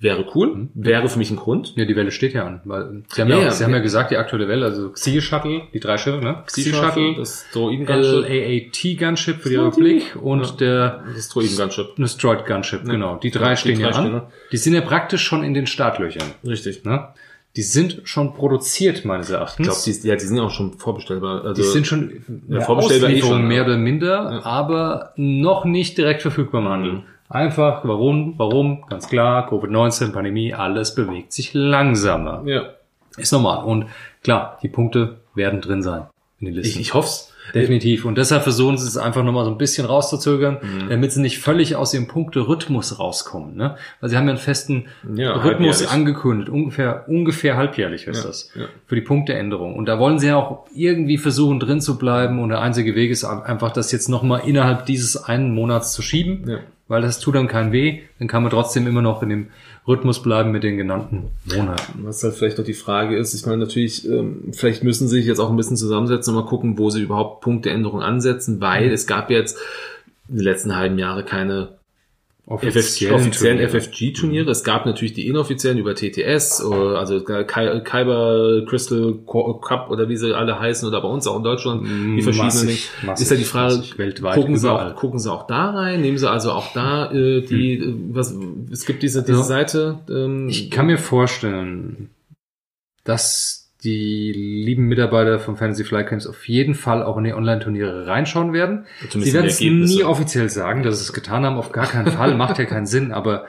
S2: Wäre
S1: Mhm.
S2: cool, wäre für mich ein Grund.
S1: Ja, die Welle steht ja an. Weil sie haben
S2: Ja,
S1: ja,
S2: ja.
S1: sie haben ja gesagt, die aktuelle Welle, also Sea Shuttle, die drei Schiffe, ne? Sea Shuttle,
S2: das Droiden-Gunship.
S1: LAAT Gunship für die
S2: Slotty.
S1: Republik und
S2: Ja.
S1: der
S2: Das
S1: Hm.
S2: Droiden-Gunship.
S1: Destroyed Gunship, genau. Die drei
S2: Die
S1: stehen
S2: drei
S1: ja an.
S2: stehen, ne?
S1: Die sind ja praktisch schon in den Startlöchern.
S2: Richtig.
S1: Ne? Die sind schon produziert, meines
S2: Ich
S1: Erachtens.
S2: glaube, die, ja, die sind ja auch schon vorbestellbar. Also,
S1: die sind schon ja,
S2: vorbestellbar eh
S1: Auslieferung
S2: schon,
S1: mehr
S2: ja. Mhm.
S1: oder minder, aber noch nicht direkt verfügbar im Handel. Einfach, warum, warum, ganz klar, Covid-19, Pandemie, alles bewegt sich langsamer.
S2: ja.
S1: Ist normal. Und klar, die Punkte werden drin sein in den
S2: Ich,
S1: Listen.
S2: ich hoff's.
S1: Definitiv. Und deshalb versuchen sie es einfach nochmal so ein bisschen rauszuzögern, damit sie nicht völlig aus ihrem Punkte-Rhythmus rauskommen. Ne? Weil sie haben ja einen festen
S2: Ja,
S1: Rhythmus
S2: halbjährlich.
S1: angekündigt. Ungefähr, ungefähr halbjährlich ist
S2: Ja,
S1: das.
S2: ja.
S1: Für die Punkteänderung. Und da wollen sie ja auch irgendwie versuchen, drin zu bleiben. Und der einzige Weg ist einfach, das jetzt nochmal innerhalb dieses einen Monats zu schieben.
S2: Ja.
S1: Weil das tut dann keinen weh. Dann kann man trotzdem immer noch in dem Rhythmus bleiben mit den genannten Monaten.
S2: Was halt vielleicht noch die Frage ist, ich meine natürlich, ähm, vielleicht müssen sie sich jetzt auch ein bisschen zusammensetzen und mal gucken, wo sie überhaupt Punkteänderungen ansetzen, weil es gab jetzt in den letzten halben Jahre keine offiziellen, offiziellen
S1: Turniere.
S2: FFG-Turniere. Es gab natürlich die inoffiziellen über TTS, äh, also Ky- Kyber Crystal Co- Cup oder wie sie alle heißen oder bei uns auch in Deutschland die verschiedenen.
S1: Massig,
S2: Dinge.
S1: massig,
S2: ist ja die Frage,
S1: massig, weltweit,
S2: gucken, sie auch,
S1: überall.
S2: gucken sie auch da rein, nehmen sie also auch da äh, die, äh, was, es gibt diese, diese
S1: Ja.
S2: Seite. Ähm,
S1: Ich kann mir vorstellen, dass die lieben Mitarbeiter von Fantasy Flight Games auf jeden Fall auch in die Online-Turniere reinschauen werden.
S2: Zumindest
S1: Sie
S2: in die
S1: werden es
S2: Ergebnisse.
S1: nie offiziell sagen, dass sie es getan haben, auf gar keinen Fall, macht ja keinen Sinn, aber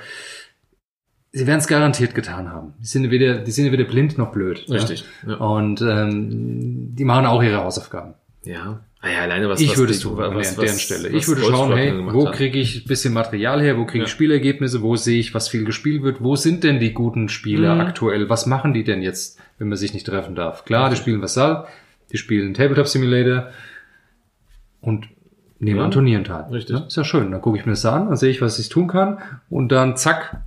S1: sie werden es garantiert getan haben. Die sind weder, die sind weder blind noch blöd. ne?
S2: Richtig, ja.
S1: Und ähm, die machen auch ihre Hausaufgaben.
S2: Ja. Ah ja, alleine was
S1: ich
S2: was
S1: würde
S2: die-
S1: es tun, an
S2: was- was-
S1: deren Stelle.
S2: was
S1: Ich würde
S2: Goldflocken
S1: schauen, hey,
S2: gemacht
S1: wo
S2: hat.
S1: kriege ich ein bisschen Material her, wo kriege ich
S2: Ja.
S1: Spielergebnisse, wo sehe ich, was viel gespielt wird, wo sind denn die guten Spieler
S2: Mhm.
S1: aktuell, was machen die denn jetzt, wenn man sich nicht treffen darf? Klar, die
S2: Mhm.
S1: spielen Vassal, die spielen Tabletop Simulator und nehmen
S2: Ja.
S1: an Turnieren teil.
S2: Richtig.
S1: Ne? Ist ja schön. Dann gucke ich mir das an, dann sehe ich, was ich tun kann und dann zack,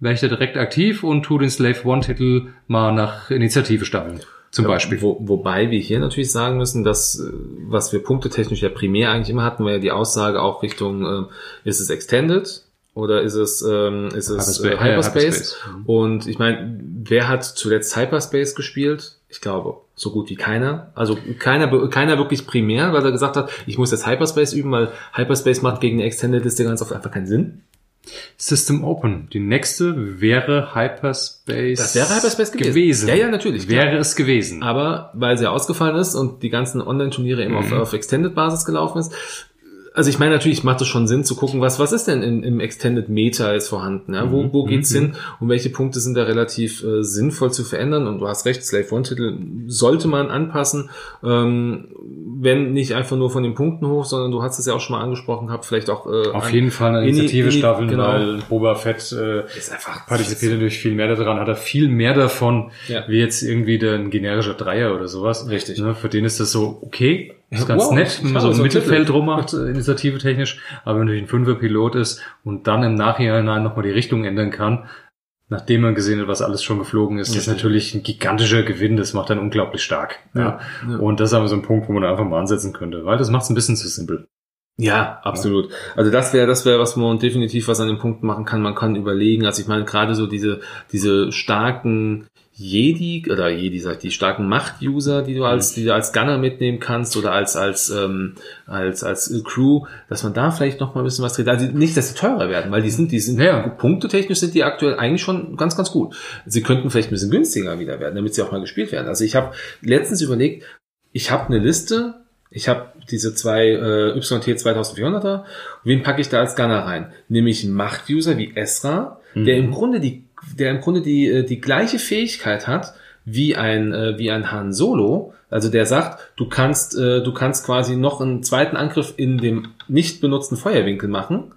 S1: wäre ich da direkt aktiv und tu den Slave One-Titel mal nach Initiative staffeln, zum Beispiel.
S2: Wo, wobei wir hier natürlich sagen müssen, dass äh, was wir punktetechnisch ja primär eigentlich immer hatten, war ja die Aussage auch Richtung, äh, ist es extended Oder ist es, ähm, ist es
S1: Hyperspa-
S2: äh, Hyperspace?
S1: äh, Hyperspace. Mhm.
S2: Und ich meine, wer hat zuletzt Hyperspace gespielt? Ich glaube, so gut wie keiner. Also keiner, keiner wirklich primär, weil er gesagt hat, ich muss jetzt Hyperspace üben, weil Hyperspace macht gegen eine Extended Liste ganz oft einfach keinen Sinn.
S1: System Open. Die nächste wäre Hyperspace.
S2: Das wäre Hyperspace gewesen.
S1: gewesen.
S2: Ja, ja, natürlich, klar.
S1: Wäre es gewesen.
S2: Aber weil sie ja ausgefallen ist und die ganzen Online-Turniere eben
S1: Mhm.
S2: auf, auf Extended-Basis gelaufen ist. Also ich meine natürlich macht es schon Sinn zu gucken, was, was ist denn in, im Extended Meta ist vorhanden, ja?
S1: Mhm.
S2: wo, wo geht's hin und welche Punkte sind da relativ äh, sinnvoll zu verändern und du hast recht, Slave One Titel sollte man anpassen, ähm, wenn nicht einfach nur von den Punkten hoch, sondern du hast es ja auch schon mal angesprochen gehabt, vielleicht auch äh,
S1: Auf
S2: an-
S1: jeden Fall eine
S2: in die-
S1: Initiative
S2: in die-
S1: staffeln,
S2: genau.
S1: weil Boba Fett äh,
S2: ist einfach
S1: partizipiert natürlich viel mehr daran, hat er viel mehr davon,
S2: Ja.
S1: wie jetzt irgendwie der, ein generischer Dreier oder sowas.
S2: Richtig.
S1: Ne, für den ist das so okay, ist ganz
S2: Wow,
S1: nett, wenn man
S2: schau,
S1: so
S2: so
S1: ein
S2: ein
S1: Mittelfeld
S2: Titel.
S1: drum macht, äh, Initiative technisch, aber wenn natürlich ein Fünfer-Pilot ist und dann im Nachhinein nochmal die Richtung ändern kann, nachdem man gesehen hat, was alles schon geflogen ist, das ist
S2: Richtig.
S1: natürlich ein gigantischer Gewinn, das macht dann unglaublich stark. Ja.
S2: Ja,
S1: Und das ist aber so ein Punkt, wo man einfach mal ansetzen könnte, weil das macht es ein bisschen zu simpel.
S2: Ja, absolut. Also das wäre, das wäre, was man definitiv was an den Punkten machen kann. Man kann überlegen, also ich meine, gerade so diese, diese starken Jedi, oder Jedi sagt die starken Macht-User, die du als, die du als Gunner mitnehmen kannst oder als, als, ähm, als, als Crew, dass man da vielleicht noch mal ein bisschen was dreht. Also nicht, dass die teurer werden, weil die sind, die sind,
S1: Ja.
S2: punktetechnisch sind die aktuell eigentlich schon ganz, ganz gut. Sie könnten vielleicht ein bisschen günstiger wieder werden, damit sie auch mal gespielt werden. Also ich habe letztens überlegt, ich habe eine Liste, ich habe diese zwei äh, YT 2400er, wen packe ich da als Gunner rein? Nämlich einen Macht-User wie Esra, der im Grunde die der im Grunde die äh, die gleiche Fähigkeit hat wie ein äh, wie ein Han Solo, also der sagt, du kannst äh, du kannst quasi noch einen zweiten Angriff in dem nicht benutzten Feuerwinkel machen.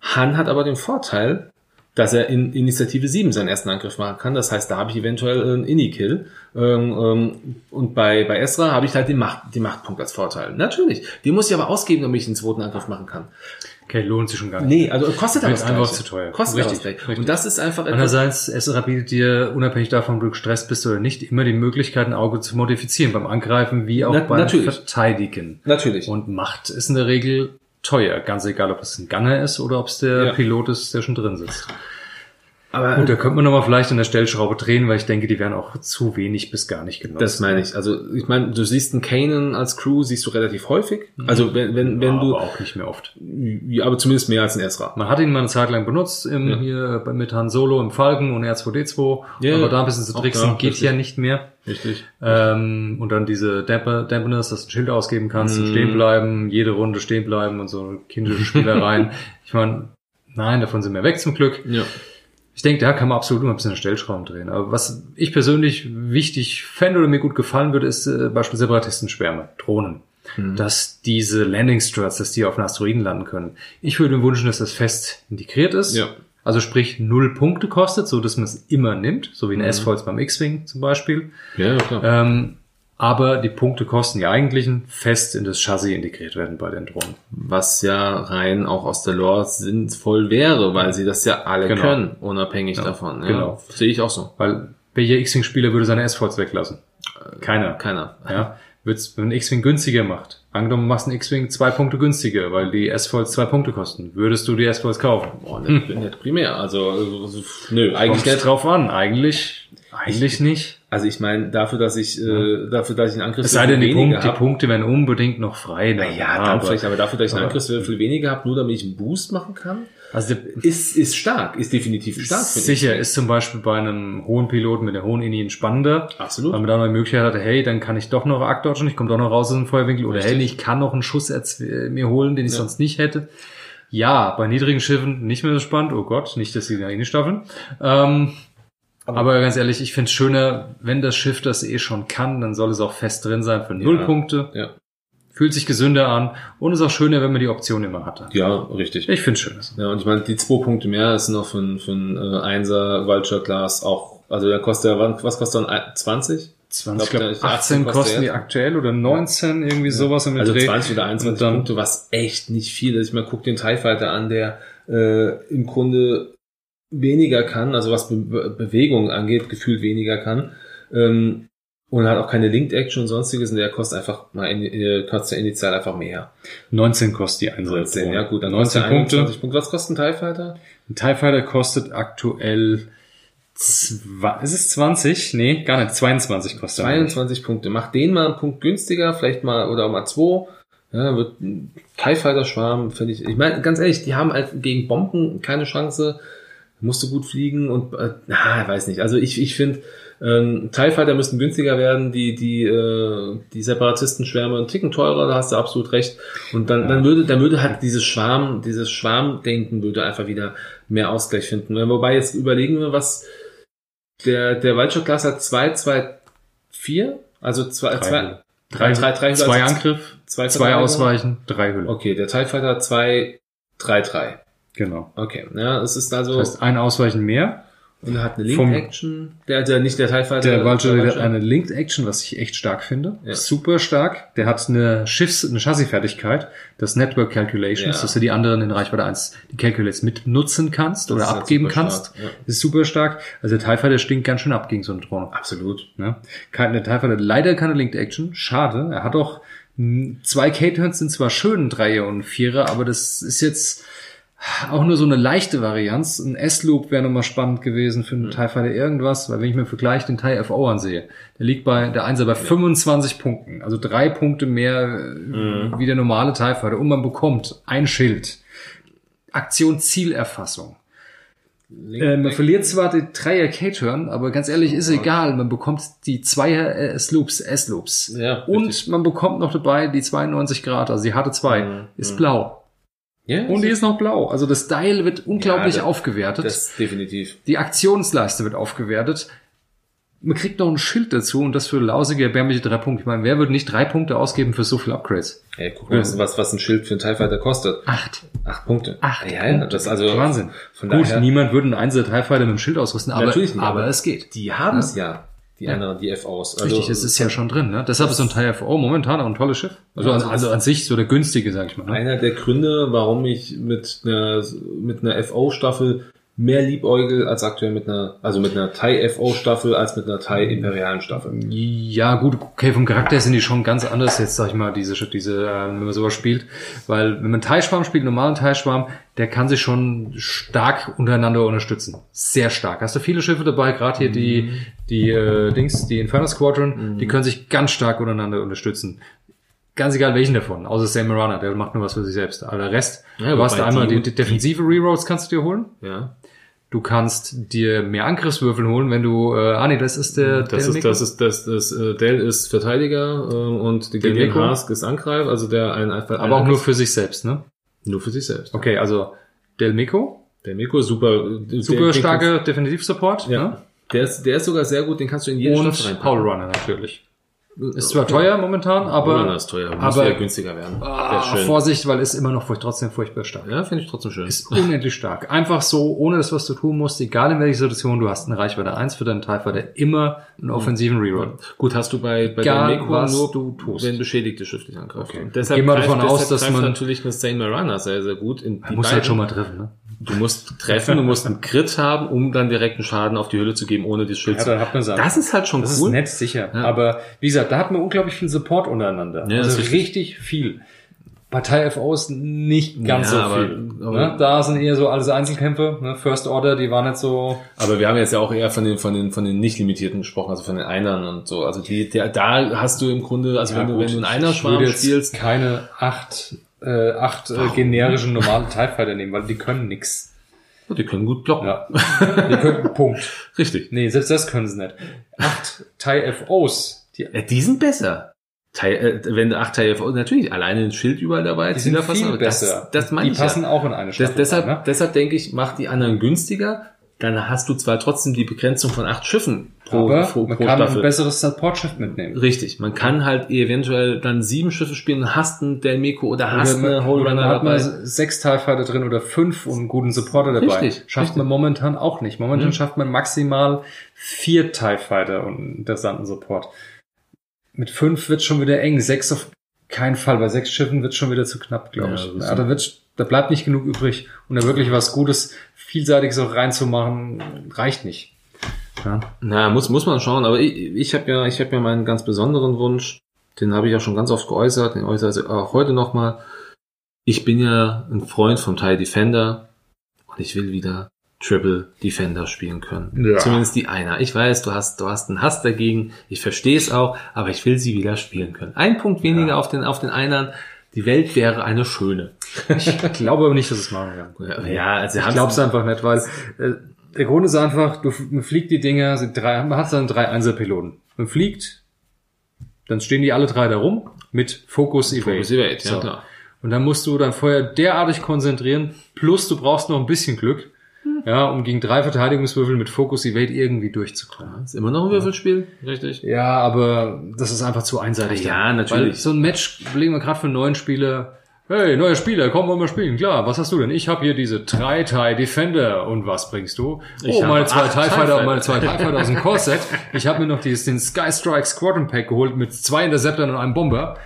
S2: Han hat aber den Vorteil, dass er in Initiative 7 seinen ersten Angriff machen kann. Das heißt, da habe ich eventuell einen Inni-Kill. Ähm, ähm, und bei, bei Esra habe ich halt den, Macht, den Machtpunkt als Vorteil. Natürlich. Den muss ich aber ausgeben, damit ich den zweiten Angriff machen kann.
S1: Okay, lohnt sich schon gar nicht.
S2: Nee, also kostet aber
S1: Wird
S2: das
S1: einfach zu
S2: Gleiche.
S1: teuer.
S2: Kostet
S1: Richtig,
S2: aber das Gleiche.
S1: richtig.
S2: Und das ist einfach etwas,
S1: Andererseits, Esra bietet dir, unabhängig davon, ob du gestresst bist oder nicht, immer die Möglichkeit, ein Auge zu modifizieren, beim Angreifen wie auch
S2: Na-
S1: beim
S2: natürlich.
S1: Verteidigen.
S2: natürlich.
S1: Und Macht ist in der Regel teuer, ganz egal, ob es ein Gunner ist oder ob es der
S2: Ja. Äh,
S1: Pilot ist, der schon drin sitzt.
S2: aber
S1: Gut, da könnte man nochmal vielleicht an der Stellschraube drehen, weil ich denke, die werden auch zu wenig bis gar nicht genutzt.
S2: Das meine ich. Also ich meine, du siehst einen Kanan als Crew, siehst du relativ häufig. Also wenn, wenn, wenn
S1: Mhm. aber
S2: du,
S1: auch nicht mehr oft.
S2: ja, aber zumindest mehr als ein Esra.
S1: Man hat ihn mal eine Zeit lang benutzt, im,
S2: Ja.
S1: hier bei- mit Han Solo im Falken und R2D2,
S2: Ja,
S1: aber
S2: ja.
S1: da ein bisschen zu
S2: Auch
S1: tricksen
S2: da,
S1: geht
S2: richtig.
S1: ja nicht mehr.
S2: Richtig.
S1: Ähm, und dann diese Damper, Dampeners, dass du ein Schild ausgeben kannst und stehen bleiben, jede Runde stehen bleiben und so kindische Spielereien. ich meine, nein, davon sind wir weg zum Glück.
S2: Ja.
S1: Ich denke, da kann man absolut immer ein bisschen Stellschrauben drehen. Aber was ich persönlich wichtig fände oder mir gut gefallen würde, ist äh, beispielsweise Separatistenschwärme, Drohnen.
S2: Mhm.
S1: Dass diese Landing Struts, dass die auf einen Asteroiden landen können. Ich würde mir wünschen, dass das fest integriert ist.
S2: Ja.
S1: Also sprich, null Punkte kostet, so dass man es immer nimmt, so wie ein S-Foils beim X-Wing zum Beispiel.
S2: Ja, ja, klar.
S1: Ähm, aber die Punkte kosten die eigentlichen fest in das Chassis integriert werden bei den Drohnen.
S2: was ja rein auch aus der Lore sinnvoll wäre, weil sie das ja alle
S1: Genau.
S2: können, unabhängig davon. Ja,
S1: genau.
S2: Sehe ich auch so.
S1: Weil welcher X-Wing-Spieler würde seine S-Forts weglassen? Keiner.
S2: Keiner.
S1: Ja? Wird's, wenn ein X-Wing günstiger macht, angenommen, du machst einen X-Wing zwei Punkte günstiger, weil die S-Forts zwei Punkte kosten, würdest du die S-Forts kaufen?
S2: Boah, nicht, nicht primär. Also,
S1: äh,
S2: also, nö, eigentlich
S1: Kommt
S2: nicht.
S1: drauf an. Eigentlich, eigentlich nicht.
S2: Also ich meine, dafür, dass ich, äh, dafür, dass ich einen Angriff
S1: Es sei denn, die,
S2: weniger
S1: Punkt, die
S2: hab-
S1: Punkte werden unbedingt noch frei. dann.
S2: ja, dann
S1: aber-
S2: vielleicht, aber dafür, dass ich einen
S1: aber-
S2: Angriffswürfel weniger habe, nur damit ich einen Boost machen kann,
S1: Also der,
S2: ist, ist stark, ist definitiv stark. finde ich.
S1: Sicher ist zum Beispiel bei einem hohen Piloten mit der hohen Indien spannender.
S2: Absolut.
S1: Weil man dann mal die Möglichkeit hatte, hey, dann kann ich doch noch Akt dodgen, ich komme doch noch raus aus dem Feuerwinkel oder hey, ich kann noch einen Schuss erz- äh, mir holen, den ich sonst nicht hätte. Ja, bei niedrigen Schiffen nicht mehr so spannend. Oh Gott, nicht, dass sie da hinstaffeln. Ähm, aber, ganz ehrlich, ich finde es schöner, wenn das Schiff das eh schon kann, dann soll es auch fest drin sein für null Punkte.
S2: Ja.
S1: Fühlt sich gesünder an und ist auch schöner, wenn man die Option immer hatte.
S2: Ja, richtig.
S1: Ich finde es schöner. so.
S2: Ja, und ich meine, die zwei Punkte mehr ist noch für ein, für ein äh, Einser Vulture Class auch. Also der kostet ja, wann- was kostet dann äh, ein- 20?
S1: 20, ich
S2: glaub,
S1: glaube,
S2: der-
S1: 18
S2: kostet
S1: kosten die
S2: jetzt.
S1: aktuell oder 19, irgendwie sowas im
S2: Also
S1: Dreh.
S2: 20 oder 21
S1: Und dann-
S2: Punkte, was echt nicht viel ist. Ich meine, guck den TIE Fighter an, der äh, im Grunde weniger kann, also was Be Bewegung angeht, gefühlt weniger kann. Ähm, Und hat auch keine Linked Action und sonstiges, und der kostet einfach mal in, äh, kostet initial einfach mehr.
S1: 19 kostet die Einser.
S2: ja gut,
S1: 19
S2: dann kostet er
S1: Punkte.
S2: 21 Punkte. Was kostet ein TIE Fighter?
S1: Ein TIE Fighter kostet aktuell zwei, ist es 20? Nee, gar nicht. 22 kostet er.
S2: 22 Punkte. Mach den mal einen Punkt günstiger, vielleicht mal oder mal zwei. Ja, dann wird ein TIE Fighter Schwarm, finde ich. Ich meine, ganz ehrlich, die haben halt gegen Bomben keine Chance. Musst du gut fliegen und äh, na, weiß nicht. Also ich, ich finde, ähm, TIE Fighter müssen günstiger werden, die, die, äh, die Separatisten-Schwärme einen Ticken teurer, da hast du absolut recht. Und dann, dann würde, dann würde halt dieses Schwarm, dieses Schwarmdenken würde einfach wieder mehr Ausgleich finden. Wobei jetzt überlegen wir, was der, der Waldschutz-Klasse hat 2, 2, 4, also 2,
S1: Drei
S2: 2,
S1: Hülle. Drei,
S2: drei- drei-
S1: zwei
S2: also
S1: Angriff,
S2: 2,
S1: zwei Ausweichen, drei Hülle.
S2: Okay, der TIE Fighter hat 2, 3, 3.
S1: Genau.
S2: Okay, ja, es ist also,
S1: Das heißt, ein Ausweichen mehr.
S2: und er hat eine
S1: vom-
S2: Link-Action, der, der, nicht der TIE Fighter.
S1: Der Vulture der hat
S2: Vulture.
S1: eine Linked Action, was ich echt stark finde.
S2: Ja.
S1: Super stark. Der hat eine Schiffs-, eine Chassisfertigkeit, das Network Calculations,
S2: Ja.
S1: dass du die anderen in Reichweite 1 die Calculates mitnutzen kannst
S2: Das
S1: oder
S2: ist halt
S1: abgeben
S2: super
S1: kannst.
S2: stark, ja.
S1: Ist super stark. Also der TIE Fighter stinkt ganz schön ab gegen so eine Drohne.
S2: Absolut.
S1: Ne? Kein, der TIE Fighter hat leider keine Linked Action. Schade. Er hat auch mh, zwei K-Turns sind zwar schön, Dreier und Vierer, aber das ist jetzt auch nur so eine leichte Varianz. Ein S-Loop wäre nochmal spannend gewesen für einen
S2: Mhm.
S1: TIE Fighter irgendwas, weil wenn ich mir im Vergleich den TIE FO ansehe, der liegt bei der Einser bei 25 Punkten, also drei Punkte mehr äh,
S2: Mhm.
S1: wie der normale TIE Fighter und man bekommt ein Schild. Aktion Zielerfassung.
S2: Link-
S1: Äh, man verliert zwar die Dreier K-Turn, aber ganz ehrlich, ist egal. Man bekommt die Zweier äh, Sloops, S-Loops.
S2: Ja,
S1: und
S2: richtig.
S1: man bekommt noch dabei die 92 Grad, also die harte 2.
S2: Mhm,
S1: Ist
S2: mhm.
S1: blau.
S2: ja,
S1: Und die ist noch blau. Also das Style wird unglaublich
S2: Ja, das-
S1: aufgewertet.
S2: das definitiv.
S1: die Aktionsleiste wird aufgewertet. Man kriegt noch ein Schild dazu und das für lausige, erbärmliche drei Punkte. Ich meine, wer würde nicht drei Punkte ausgeben für so viele Upgrades?
S2: Ey, guck mal, was, was ein Schild für einen TIE Fighter kostet.
S1: Acht.
S2: Acht Punkte.
S1: Acht.
S2: Ja, ja, das ist also
S1: Wahnsinn.
S2: Von
S1: Gut,
S2: daher,
S1: niemand würde einen einzelnen Teilfighter mit dem Schild ausrüsten, aber,
S2: Natürlich nicht,
S1: aber
S2: aber-
S1: es geht.
S2: die haben es ja, die
S1: Ja.
S2: anderen, die FOs. Also,
S1: Richtig, das ist ja schon drin. Ne? Deshalb ist so ein Teil FO momentan auch ein tolles Schiff. Also, an, also an sich so der günstige, sag ich mal. Ne?
S2: einer der Gründe, warum ich mit einer, mit einer FO-Staffel mehr liebäugel als aktuell mit einer, also mit einer Thai-FO-Staffel als mit einer Thai-imperialen Staffel.
S1: Ja, gut, okay, vom Charakter her sind die schon ganz anders jetzt, sag ich mal, diese, Schi- diese äh, wenn man sowas spielt. Weil wenn man Teilschwarm spielt, einen normalen Teilschwarm, der kann sich schon stark untereinander unterstützen. Sehr stark. Hast du viele Schiffe dabei, gerade hier
S2: Mhm.
S1: die, die äh, Dings, die Inferno Squadron, die können sich ganz stark untereinander unterstützen. Ganz egal welchen davon, außer Sam Marana, der macht nur was für sich selbst. Aber der Rest,
S2: Ja,
S1: du hast
S2: wobei
S1: einmal
S2: die-
S1: die, die defensive Rerolls kannst du dir holen.
S2: Ja.
S1: Du kannst dir mehr Angriffswürfel holen, wenn du. Äh, ah nee, das ist der.
S2: Das
S1: der
S2: ist, das ist, das, das, äh, Dell ist Verteidiger, ähm, und die
S1: Der
S2: Gillian
S1: Neko?
S2: Hask ist Angreifer, also der ein, einfach,
S1: aber auch nur für sich selbst, ne?
S2: nur für sich selbst.
S1: Okay, also Del Mico,
S2: Der Miko ist super, äh,
S1: super
S2: der- den
S1: starke Defensiv-Support.
S2: Ja.
S1: Ne?
S2: Der ist, der ist sogar sehr gut, den kannst du in jede Staffel
S1: Und Paul
S2: reinpacken.
S1: Runner natürlich. Ist zwar teuer momentan,
S2: Runner
S1: aber
S2: ist teuer, muss
S1: aber-
S2: aber, wieder günstiger werden.
S1: ah,
S2: Sehr schön.
S1: Vorsicht, weil ist immer noch furcht- trotzdem furchtbar stark.
S2: ja, finde ich trotzdem schön.
S1: Ist unendlich stark. Einfach so, ohne das, was du tun musst, egal in welcher Situation du hast, eine Reichweite 1 für deinen Teilfighter, immer einen offensiven Reroll.
S2: Gut, hast du bei, bei
S1: Egal,
S2: der Meko
S1: was
S2: nur,
S1: du tust.
S2: wenn beschädigte schriftlich angreift.
S1: Okay.
S2: Und
S1: Geh mal
S2: greift-
S1: davon aus,
S2: deshalb
S1: dass
S2: greift
S1: man-
S2: natürlich eine Sane Marana sehr, sehr gut in
S1: Du musst halt schon mal treffen, ne?
S2: Du musst treffen, du musst einen Crit haben, um dann direkten Schaden auf die Hülle zu geben, ohne das Schild zu...
S1: hat man
S2: Das ist halt schon
S1: Das
S2: cool.
S1: ist nett, sicher.
S2: Ja.
S1: Aber wie gesagt, da hat man unglaublich viel Support untereinander.
S2: Ja, das
S1: also
S2: ist
S1: richtig.
S2: richtig.
S1: viel. Partei FOs nicht ganz
S2: Ja,
S1: so
S2: aber-
S1: viel.
S2: aber-
S1: ne? Da sind eher so alles Einzelkämpfe. Ne? First Order, die waren nicht so.
S2: Aber wir haben jetzt ja auch eher von den, von den, von den nicht limitierten gesprochen, also von den Einern und so. Also die, der, da hast du im Grunde, also wenn, du, wenn du einen Einer-Schwarm spielst,
S1: keine acht, äh, acht äh, generischen normalen TIE Fighter nehmen, weil die können nix.
S2: oh, die können gut blocken.
S1: Ja. die können Punkt.
S2: Richtig.
S1: Nee, selbst das können sie nicht. Acht TIE FOs, die,
S2: Ja, die sind besser. Teil, äh, wenn du acht Teile, natürlich, alleine ein Schild überall dabei,
S1: die sind
S2: Zielerfassen,
S1: viel
S2: aber
S1: besser.
S2: Das, das meine
S1: die
S2: ich
S1: passen
S2: ja.
S1: auch in eine
S2: Das,
S1: Staffel.
S2: deshalb,
S1: rein, ne?
S2: deshalb denke ich, mach die anderen günstiger, dann hast du zwar trotzdem die Begrenzung von acht Schiffen pro,
S1: aber
S2: pro,
S1: man
S2: pro
S1: kann ein
S2: Staffel.
S1: besseres Support-Schiff mitnehmen.
S2: Richtig, man kann halt eventuell dann sieben Schiffe spielen und hast einen Delmeco oder hast
S1: Oder man-
S2: eine
S1: oder
S2: Holrunner
S1: man hat
S2: dabei.
S1: mal sechs Teilfighter drin oder fünf und einen guten Supporter dabei.
S2: Richtig,
S1: schafft
S2: richtig.
S1: man momentan auch nicht. Momentan
S2: Mhm.
S1: schafft man maximal vier Teilfighter und einen interessanten Support. Mit fünf wird schon wieder eng. Sechs auf keinen Fall. Bei sechs Schiffen wird schon wieder zu knapp, glaube
S2: Ja,
S1: ich.
S2: das ist
S1: Ja, da, wird, da bleibt nicht genug um übrig. Und da wirklich was Gutes, Vielseitiges auch reinzumachen, reicht nicht. Ja.
S2: Na, muss, muss man schauen, aber ich, ich habe ja, ich habe ja meinen ganz besonderen Wunsch, den habe ich ja schon ganz oft geäußert, den äußere ich auch heute nochmal. Ich bin ja ein Freund vom Teil Defender und ich will wieder Triple Defender spielen können.
S1: Ja.
S2: Zumindest die einer. Ich weiß, du hast, du hast einen Hass dagegen, ich verstehe es auch, aber ich will sie wieder spielen können. Ein Punkt weniger
S1: Ja.
S2: auf den, auf den Einern. Die Welt wäre eine schöne.
S1: Ich glaube aber nicht, dass es machen kann.
S2: Ja, also
S1: Ich glaub's einfach nicht, weil äh, der Grund ist einfach, du f- man fliegt die Dinger, sind drei, man hat dann drei Einserpiloten. Man fliegt, dann stehen die alle drei da rum mit Fokus Evade.
S2: Focus Evade, ja,
S1: so.
S2: klar.
S1: Und dann musst du dein Feuer derartig konzentrieren, plus du brauchst noch ein bisschen Glück, ja, um gegen drei Verteidigungswürfel mit Fokus Evade irgendwie durchzukommen.
S2: Ist immer noch ein Würfelspiel, richtig?
S1: Ja, aber das ist einfach zu einseitig.
S2: Ja,
S1: dann.
S2: natürlich.
S1: Weil so ein Match legen wir gerade für einen neuen Spieler. Hey, neuer Spieler, komm, wollen wir spielen. Klar, was hast du denn? Ich habe hier diese drei TIE Defender. Und was bringst du?
S2: Ich
S1: oh,
S2: habe
S1: meine zwei
S2: acht
S1: TIE
S2: TIE
S1: Fighter und
S2: Fighter.
S1: meine zwei TIE Fighter aus dem Core-Set. Ich habe mir noch dieses, den Sky Strike Squadron Pack geholt mit zwei Interceptern und einem Bomber.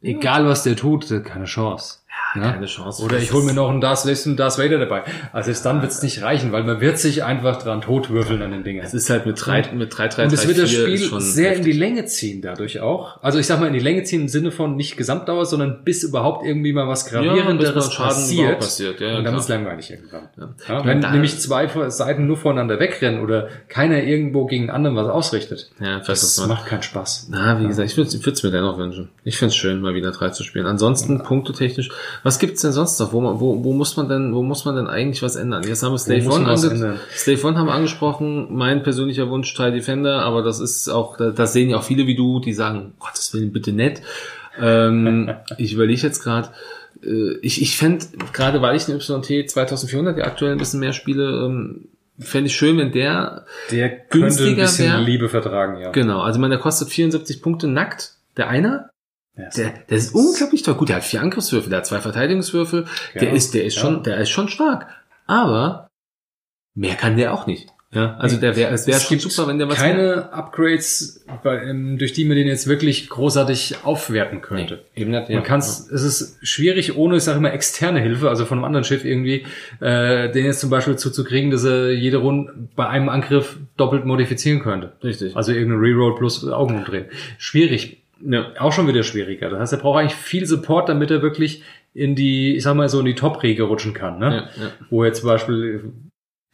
S1: Egal, was der tut, der hat keine Chance. Ja,
S2: keine Chance.
S1: Oder ich hole mir noch einen Darth, einen Darth Vader dabei. Also selbst dann wird's nicht reichen, weil man wird sich einfach dran totwürfeln an den Dingen.
S2: Es ist halt mit drei, mit drei, drei,
S1: Und es
S2: drei,
S1: wird das
S2: vier
S1: Spiel
S2: ist schon
S1: sehr in
S2: heftig.
S1: die Länge ziehen dadurch auch. Also ich sag mal in die Länge ziehen im Sinne von nicht Gesamtdauer, sondern bis überhaupt irgendwie mal was
S2: bis mal
S1: gravierenderes
S2: Schaden
S1: passiert.
S2: überhaupt passiert, ja, ja,
S1: und dann
S2: klar.
S1: ist langweilig irgendwann. Ja.
S2: Ich
S1: wenn
S2: meine, da-
S1: nämlich zwei Vor- Seiten nur voreinander wegrennen oder keiner irgendwo gegen anderen was ausrichtet,
S2: Ja, vielleicht
S1: das
S2: das mal.
S1: macht keinen Spaß.
S2: Na, wie gesagt, ich würde es mir dennoch wünschen. Ich find's schön, mal wieder drei zu spielen. Ansonsten, punktetechnisch, was gibt's denn sonst noch? Wo, man, wo, wo muss man denn, wo muss man denn eigentlich was ändern? Jetzt haben wir Slave
S1: muss
S2: One,
S1: man was
S2: ange
S1: ändern?
S2: Slave One haben wir angesprochen, mein persönlicher Wunsch, Teil Defender, aber das ist auch, da- das sehen ja auch viele wie du, die sagen, um Gottes Willen, bitte nett. Ähm, ich überlege jetzt gerade, äh, ich, ich fänd, gerade weil ich den YT 2400 ja aktuell ein bisschen mehr spiele, ähm, fände ich schön, wenn der
S1: Der könnte ein
S2: Günstiger
S1: bisschen
S2: wär-
S1: Liebe vertragen, ja.
S2: Genau, also ich meine, der kostet 74 Punkte nackt. Der einer,
S1: Ja,
S2: der, der ist unglaublich toll. Gut, der hat vier Angriffswürfe, der hat zwei Verteidigungswürfe, der
S1: Ja,
S2: ist, der ist
S1: Genau. ja.
S2: schon, der ist schon stark. Aber mehr kann der auch nicht. Ja, also der wäre, es wäre
S1: Es
S2: schon
S1: gibt
S2: super, wenn der was
S1: keine Upgrades, bei, ähm, durch die man den jetzt wirklich großartig aufwerten
S2: Nee,
S1: könnte.
S2: eben nicht, ja.
S1: Man kann's, es ist schwierig, ohne, ich sage immer, externe Hilfe, also von einem anderen Schiff irgendwie, äh, den jetzt zum Beispiel zuzukriegen, dass er jede Runde bei einem Angriff doppelt modifizieren könnte.
S2: Richtig.
S1: Also irgendeine Reroll plus Augen umdrehen. Schwierig.
S2: ja.
S1: Auch schon wieder schwieriger. Das heißt, er braucht eigentlich viel Support, damit er wirklich in die, ich sag mal so, in die Top-Riege rutschen kann, ne?
S2: Ja, ja.
S1: Wo er zum Beispiel äh,